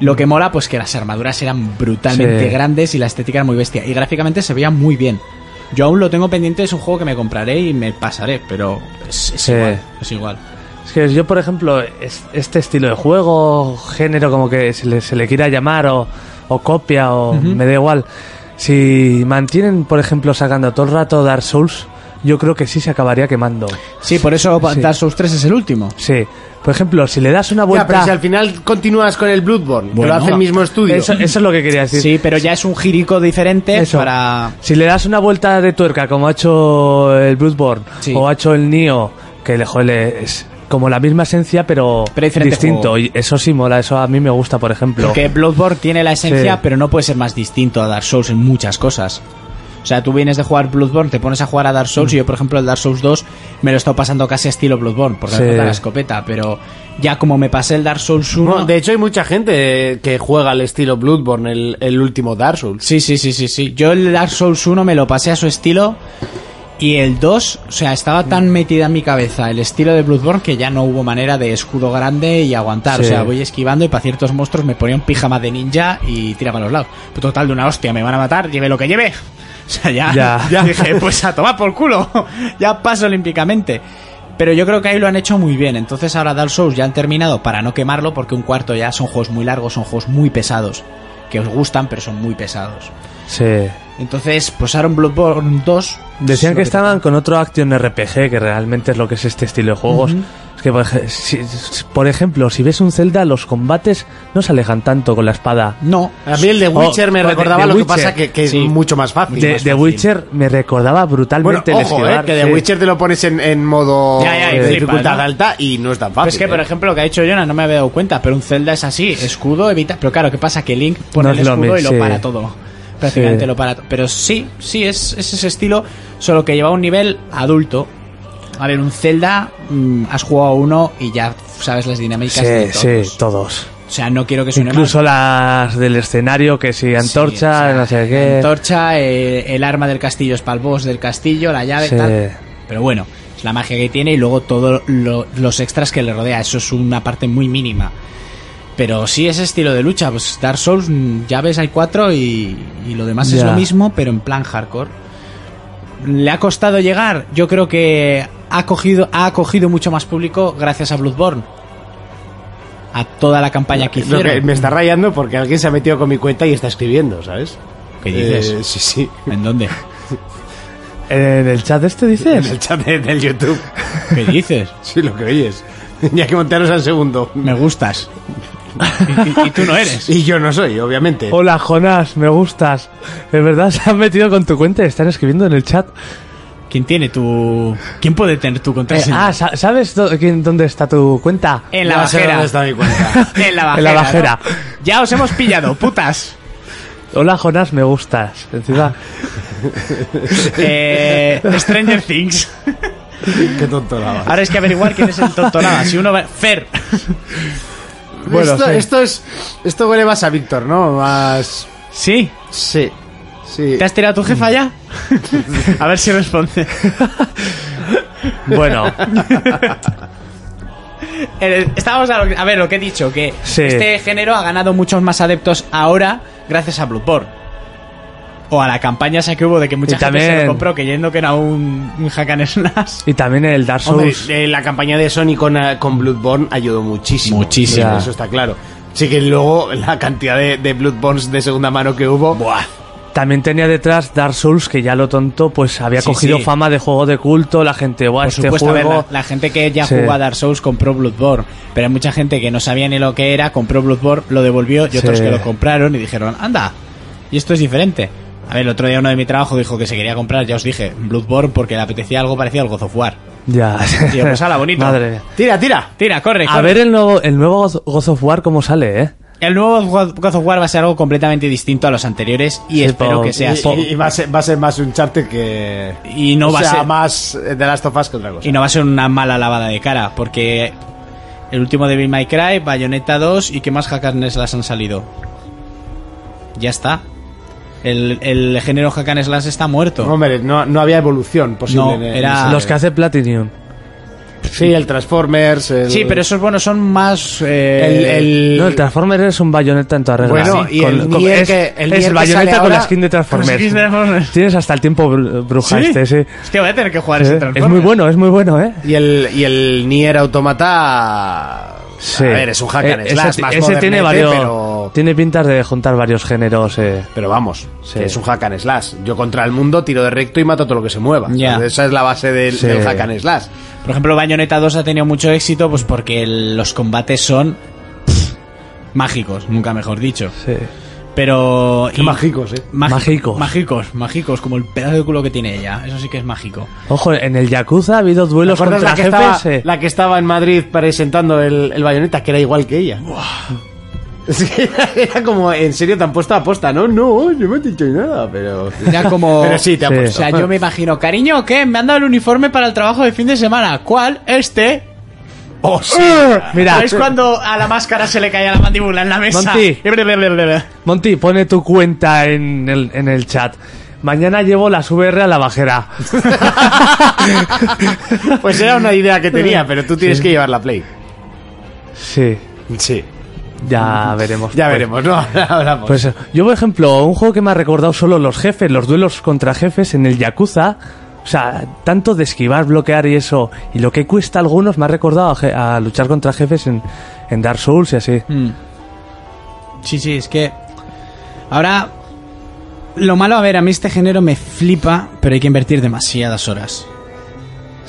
lo que mola, pues que las armaduras eran brutalmente Sí. grandes y la estética era muy bestia. Y gráficamente se veía muy bien. Yo aún lo tengo pendiente, es un juego que me compraré y me pasaré, pero es, es Sí. igual. Es igual. Es que yo, por ejemplo, es- este estilo de juego, género, como que se le, se le quiera llamar, o, o copia, o me da igual. Si mantienen, por ejemplo, sacando todo el rato Dark Souls, yo creo que sí se acabaría quemando. Sí, por eso Sí. Dark Souls 3 es el último. Sí. Por ejemplo, si le das una Ya, pero vuelta... si al final continúas con el Bloodborne, que Bueno. lo hace el mismo estudio. eso, eso es lo que quería decir. Sí, pero ya es un jirico diferente Eso. Eh, para... Si le das una vuelta de tuerca, como ha hecho el Bloodborne, Sí. o ha hecho el Nio, que le, joder, le- es como la misma esencia, pero, Pero diferente distinto. juego. Y eso sí mola, eso a mí me gusta, por ejemplo. Porque Bloodborne tiene la esencia, Sí. pero no puede ser más distinto a Dark Souls en muchas cosas. O sea, tú vienes de jugar Bloodborne, te pones a jugar a Dark Souls Mm. y yo, por ejemplo, el Dark Souls 2 me lo he estado pasando casi estilo Bloodborne, por Sí. la escopeta, pero ya como me pasé el Dark Souls 1... No, de hecho hay mucha gente eh, que juega al estilo Bloodborne, el, el último Dark Souls. Sí, sí, sí, sí, sí. Yo el Dark Souls 1 me lo pasé a su estilo y el 2, o sea, estaba Mm. tan metida en mi cabeza el estilo de Bloodborne que ya no hubo manera de escudo grande y aguantar. O Sí. sea, voy esquivando y para ciertos monstruos me ponía un pijama de ninja y tiraba a los lados. Pero total, de una hostia, me van a matar, lleve lo que lleve. O sea, ya, Ya. dije, pues a tomar por culo. ya paso olímpicamente. Pero yo creo que ahí lo han hecho muy bien. Entonces ahora Dark Souls ya han terminado para no quemarlo porque un cuarto ya son juegos muy largos, son juegos muy pesados. Que os gustan, pero son muy pesados. Sí. Entonces, pues ahora en Bloodborne 2. pues, Decían lo que estaban con otro Action RPG, que realmente es lo que es este estilo de juegos. Es que, por ej- si- si- por ejemplo, si ves un Zelda, los combates no se alejan tanto con la espada. No. A mí el de Oh, Witcher me de- recordaba de lo Witcher. que pasa que, que Sí. es mucho más fácil. De, más de fácil. Witcher me recordaba Bueno, brutalmente el ojo, eh, esquivar, que de sí. Witcher te lo pones en, en modo Ya, ya, y de flipas, dificultad ¿no? alta y no es Ah, tan fácil. Pues es que, por eh. ejemplo, lo que ha dicho Jonas no me había dado cuenta, pero un Zelda es así, escudo, evita... Pero claro, ¿qué pasa? Que Link pone No el es lo escudo y mismo, lo sí. para todo. Prácticamente Sí. lo para todo. Pero sí, sí, es, es ese estilo, solo que lleva un nivel adulto. A ver, un Zelda, mm, has jugado uno y ya sabes las dinámicas de todos. Sí, sí, todos. O sea, no quiero que suene mal. Incluso las del escenario, que si antorcha, Sí, o sea, no sé qué. Antorcha, eh, el arma del castillo es para el boss del castillo, la llave, Sí. tal. Pero bueno, es la magia que tiene y luego todos los extras que le rodea. Eso es una parte muy mínima. Pero sí ese estilo de lucha. Pues Dark Souls, mm, llaves hay cuatro y, y lo demás es Ya. lo mismo, pero en plan hardcore. ¿Le ha costado llegar? Yo creo que ha cogido, ha acogido mucho más público gracias a Bloodborne. A toda la campaña que Lo hicieron. que me está rayando porque alguien se ha metido con mi cuenta y está escribiendo, ¿sabes? ¿Qué dices? Eh, sí, sí. ¿En dónde? ¿En el chat este En dices? el chat de- del YouTube. ¿Qué dices? Sí, lo que oyes. Ya que Monteros al segundo. Me gustas. Y, y- y tú no eres. Y yo no soy, obviamente. Hola, Jonás, me gustas. En verdad se han metido con tu cuenta y están escribiendo en el chat. ¿Quién tiene tu. ¿Quién puede tener tu Eh, contraseña? ah, sa- ¿sabes do- quién- dónde está tu cuenta? en la Ya sé bajera. dónde está mi cuenta. En la bajera. En la bajera. ¿no? Ya os hemos pillado, putas. Hola, Jonás, me gustas. Encima, Ah. Eh, Stranger Things. Qué tonto la va. Ahora es que averiguar quién es el tontolada. Si uno va. Fer. Bueno, esto, sí. esto es. Esto huele más a Víctor, ¿no? Más. ¿Sí? Sí. Sí. ¿Te has tirado a tu jefa ya? A ver si responde. bueno, Eh, Estábamos a, lo- a ver lo que he dicho, que Sí. este género ha ganado muchos más adeptos ahora gracias a Bloodborne. O a la campaña esa que hubo de que mucha Y gente se también- lo compró creyendo que era un, un hack and slash. y también el Dark Hombre, Souls. eh, la campaña de Sony con, eh, con Bloodborne ayudó muchísimo. Muchísimo. Sí, Eso está claro. Sí que luego la cantidad de, de Bloodborns de segunda mano que hubo. También tenía detrás Dark Souls, que ya lo tonto, pues había Sí, cogido sí. fama de juego de culto. La gente, buah, Por este supuesto, a ver, juego. la, la gente que ya Sí. jugó a Dark Souls compró Bloodborne, pero hay mucha gente que no sabía ni lo que era, compró Bloodborne, lo devolvió y otros Sí. que lo compraron y dijeron, anda, y esto es diferente. A ver, el otro día uno de mi trabajo dijo que se quería comprar, ya os dije, Bloodborne porque le apetecía algo parecido al God of War. Ya. Tío, pues ala, bonito. Madre mía. Tira, tira. Tira, corre, A corre. ver el nuevo, el nuevo God- God of War cómo sale, ¿eh? El nuevo God God of War va a ser algo completamente distinto a los anteriores y Sí, espero po- que sea y- así. Y, y va, a ser, va a ser más un charter que. Y no o va a sea, ser- más eh, de Last of Us que otra cosa. Y no va a ser una mala lavada de cara, porque el último de Be My Cry, Bayonetta 2 y qué más hackers las han salido. Ya está. El, el género hack and slash está muerto. Hombre, no, no había evolución posible. No, en- en era- ese- Ah, Los que hace Platinum. Sí, el Transformers. el- Sí, pero esos buenos son más... eh, El- el- No, el Transformer es un bayoneta en toda regla. Bueno, y el Nier es, que- el es Nier que bayoneta sale con la ahora- skin de Transformers. con la skin de Transformers. Tienes hasta el tiempo bru- bruja ¿Sí? este, sí. Es que voy a tener que jugar Sí. ese Es muy Transformers. bueno, es muy bueno, ¿eh? Y el, y el Nier Automata. Sí. A ver, es un hack and Eh, slash ese, más ese modernete, tiene varios. pero, Tiene pintas de juntar varios géneros. eh. pero vamos, Sí. que es un hack and slash. Yo contra el mundo tiro de recto y mato todo lo que se mueva. Ya. Entonces, Esa es la base del, Sí. del hack and slash. Por ejemplo, Bayonetta 2 ha tenido mucho éxito pues porque el- los combates son pff, mágicos, nunca mejor dicho. Sí. Pero... y- mágicos, eh. mági- Mágicos. Mágicos, mágicos, como el pedazo de culo que tiene ella. Eso sí que es mágico. Ojo, en el Yakuza ha habido ¿Te duelos acuerdas contra la que, jefes. estaba, eh? la que estaba en Madrid presentando el, el bayoneta, que era igual que ella? Sí, era como, en serio, te han puesto aposta, ¿no? No, no me han dicho nada, pero... Ya como. Pero sí, te ha Sí. O puesto. sea, yo me imagino, cariño, ¿qué? Me han dado el uniforme para el trabajo de fin de semana. ¿Cuál? Este. Oh, sí. Mira, ¿Sabes cuando a la máscara se le cae la mandíbula en la mesa? Monty. Monty, pone tu cuenta en el, en el chat. Mañana llevo las VR a la bajera. Pues era una idea que tenía, pero tú tienes que llevar la Play. Sí, Sí. ya veremos. Ya Pues- veremos, ¿no? Ahora hablamos. Pues yo, por ejemplo, un juego que me ha recordado solo los jefes, los duelos contra jefes en el Yakuza. O sea, tanto de esquivar, bloquear y eso, y lo que cuesta a algunos, me ha recordado a, je- a luchar contra jefes en, en Dark Souls y así. Mm, Sí, sí, es que. Ahora. Lo malo, a ver, a mí este género me flipa, pero hay que invertir demasiadas horas.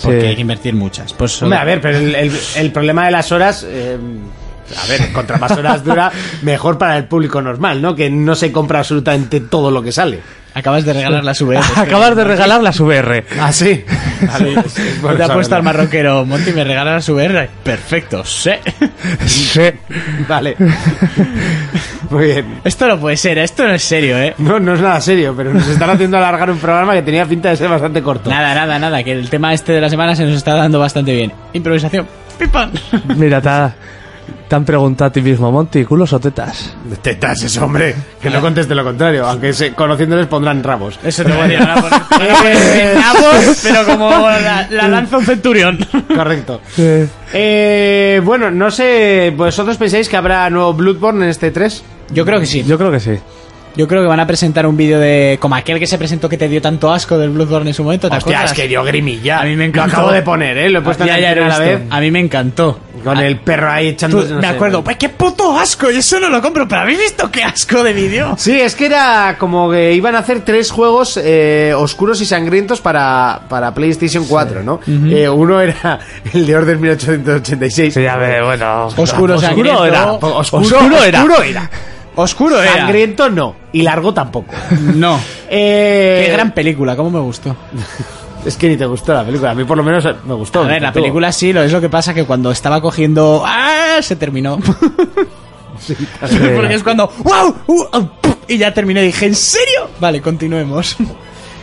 Porque Sí. hay que invertir muchas. Pues, Hombre, a ver, pero el, el- el problema de las horas. eh, a ver, contra más horas dura, mejor para el público normal, ¿no? Que no se compra absolutamente todo lo que sale. acabas de regalar las VR. Acabas de regalar las VR. Ah, sí. Vale, es- es bueno te ha puesto al saberlo. marroquero Monty, me regalas las VR. Perfecto, sí. Sí. Vale. Muy bien. Esto no puede ser, esto no es serio, eh. No, no es nada serio, pero nos están haciendo alargar un programa que tenía pinta de ser bastante corto. Nada, nada, nada, que el tema este de la semana se nos está dando bastante bien. Improvisación. ¡Pipan! Mira, te, ha- te han preguntado a ti mismo, Monty, ¿culos o tetas? Tetas, es hombre. Que no conteste lo contrario, aunque se- conociéndoles pondrán ramos. Eso te voy a decir, pues, pero como la, la lanza un centurión. Correcto. Eh, bueno, no sé, ¿vosotros pensáis que habrá nuevo Bloodborne en este 3? Yo creo que sí. Yo creo que sí. Yo creo que van a presentar un vídeo de. Como aquel que se presentó que te dio tanto asco del Bloodborne en su momento. ¿te Hostia, acuerdas? es que dio grimilla. A mí me encantó. Ah, Lo acabo de poner, ¿eh? Lo he puesto Ya, en ya la lo he antena a la vez. visto. A mí me encantó. Con Ah, el perro ahí tú- echando... no me sé. acuerdo. Pues qué puto asco. Y eso no lo compro. Pero habéis visto qué asco de vídeo. Sí, es que era como que iban a hacer tres juegos eh, oscuros y sangrientos para, para PlayStation 4, ¿no? Eh, uno era el de Order 1886. Sí, a ver, bueno. Oscuro, sangriento. era. Oscuro, Oscuro era. oscuro era. Oscuro era. Sangriento no. Y largo tampoco. No. Eh, Qué gran película, cómo me gustó. Es que ni te gustó la película. A mí por lo menos me gustó. A me ver, la encantó. película sí, lo es lo que pasa que cuando estaba cogiendo. ¡Ah! Se terminó. Porque es cuando. ¡Wow! ¡Uh! ¡Ah! ¡Puf! y ya terminé. Dije, ¿en serio? Vale, continuemos.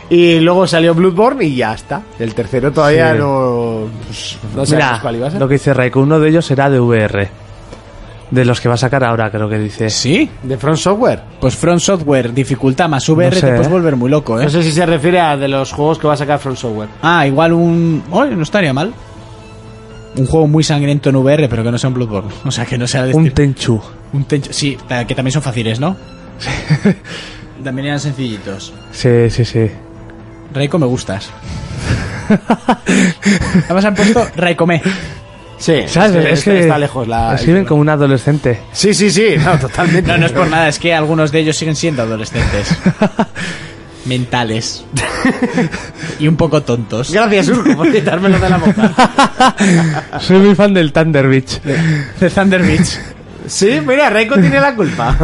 Y luego salió Bloodborne y ya está. El tercero todavía no... pues, No sé Mira, cuál iba a ser. lo que dice Raiko, uno de ellos será de VR. De los que va a sacar ahora, creo que dice. ¿Sí? De Front Software. Pues Front Software, dificultad más VR, No sé, te puedes ¿eh? volver muy loco, ¿eh? No sé si se refiere a de los juegos que va a sacar Front Software. Ah, igual un. Oye, no estaría mal. Un juego muy sangriento en VR, pero que no sea un Bloodborne. O sea, que no sea de Un estilo- Tenchu. un tencho. Sí, ta- que también son fáciles, ¿no? también eran sencillitos. Sí, sí, sí. Raiko, me gustas. Además han puesto Raikome. Sí. ¿Sabes? es que es que está lejos la... Escriben como un adolescente. Sí, sí, sí, no, totalmente. No, no es por nada, es que algunos de ellos siguen siendo adolescentes. Mentales. y un poco tontos. Gracias, Urco, por quitármelo de la boca. Soy muy fan del Thunder Beach. De Thunder Beach. Sí, mira, Reiko tiene la culpa.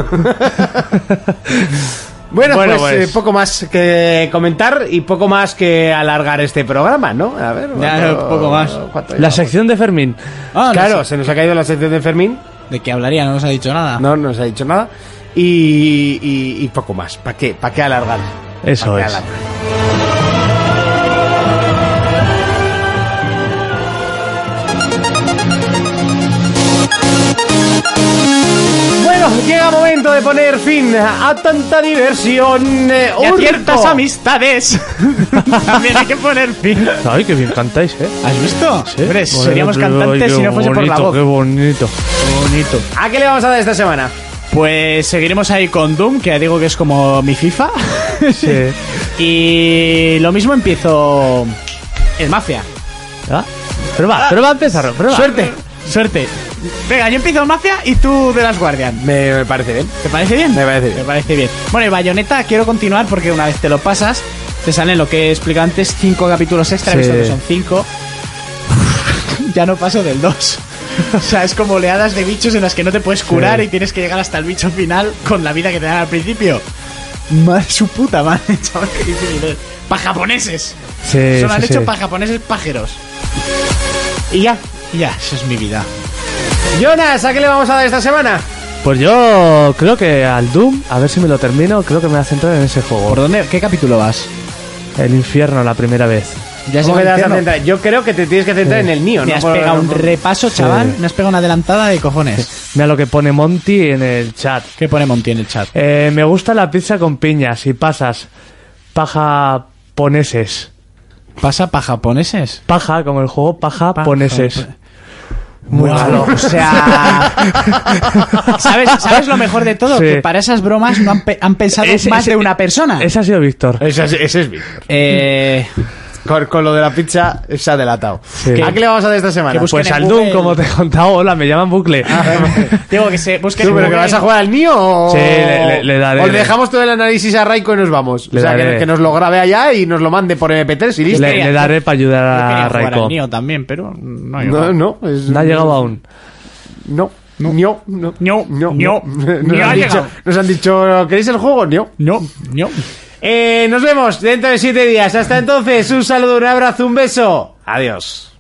Bueno, Bueno, pues, pues. eh, poco más que comentar y poco más que alargar este programa, ¿no? A ver, ¿cuánto- poco más. cuánto La llevamos? sección de Fermín. Ah, no Claro, sé se nos ha caído la sección de Fermín, ¿De qué hablaría? No nos ha dicho nada. Ah. no nos ha dicho nada, y, y- y poco más. ¿Para qué? ¿Para qué alargar? Eso ¿Pa' qué es. alargar? Bueno, llega momento de poner fin a tanta diversión. eh, Y a Urco. ciertas amistades. También hay que poner fin. Ay, que bien cantáis, ¿eh? ¿Has visto? Sí. Hombre, Bueno, seríamos pero, ay, cantantes qué si no fuese por la bonito, Qué voz. bonito. Bonito. ¿A qué le vamos a dar esta semana? Pues seguiremos ahí con Doom, que ya digo que es como mi FIFA. Sí. y lo mismo empiezo el Mafia. Ah, Prueba, prueba a empezar, prueba. Ah, Suerte, suerte. Venga, yo empiezo Mafia y tú de las Guardian. Me, me parece bien. ¿Te parece bien? Me parece bien. Me parece bien. Bueno, y Bayonetta quiero continuar porque una vez te lo pasas, te salen lo que he explicado antes, cinco capítulos extra, he Sí. visto que son cinco. ya no paso del 2. O sea, es como oleadas de bichos en las que no te puedes curar Sí. y tienes que llegar hasta el bicho final con la vida que te dan al principio. Madre su puta madre, chaval, qué difícil es. Para japoneses. Sí, Eso lo sí, han hecho sí. para japoneses pájaros. Y ya. Y Ya, eso es mi vida. Jonas, ¿a qué le vamos a dar esta semana? Pues yo creo que al Doom, a ver si me lo termino, creo que me voy a centrar en ese ¿Por juego. dónde? ¿Qué capítulo vas? El infierno la primera vez. Ya ¿Cómo me te vas a centrar? Yo creo que te tienes que centrar en el mío, Me ¿no? has Por- pegado un por- repaso, chaval. Me has pegado una adelantada de cojones. Mira lo que pone Monty en el chat. ¿Qué pone Monty en el chat? Eh, me gusta la pizza con piñas y pasas. Paja poneses. ¿Pasa para japoneses? Paja, como el juego, paja Paja, poneses. pa- Muy malo. O sea. ¿sabes, ¿Sabes lo mejor de todo? Sí. Que para esas bromas no han, pe- han pensado Ese- más ese- de una persona. Ese ha sido Víctor. Ese es, ese es Víctor. Eh, Con, con lo de la pizza se ha delatado. ¿A qué le vamos a dar esta semana? Que busque- Pues en al Google. Ah, Doom, como te he contado, hola, me llaman bucle. Digo que se busquen. ¿Tú, en pero que Google. vas a jugar al mío o...? Sí, le- le- le daré, o le- dejamos todo el análisis a Raiko y nos vamos. Le o sea, que, daré. que nos lo grabe allá y nos lo mande por E MP3 y listo. Le, le daré para ayudar Yo quería a jugar al Raiko. Nioh también, pero no ha No, llegado. no. es- No ha llegado aún. No. No, no, no, No, no, Nos, no ha han dicho, llegado. nos han dicho, ¿queréis el juego? No. No, no. Eh, nos vemos dentro de siete días. Hasta entonces, un saludo, un abrazo, un beso. Adiós.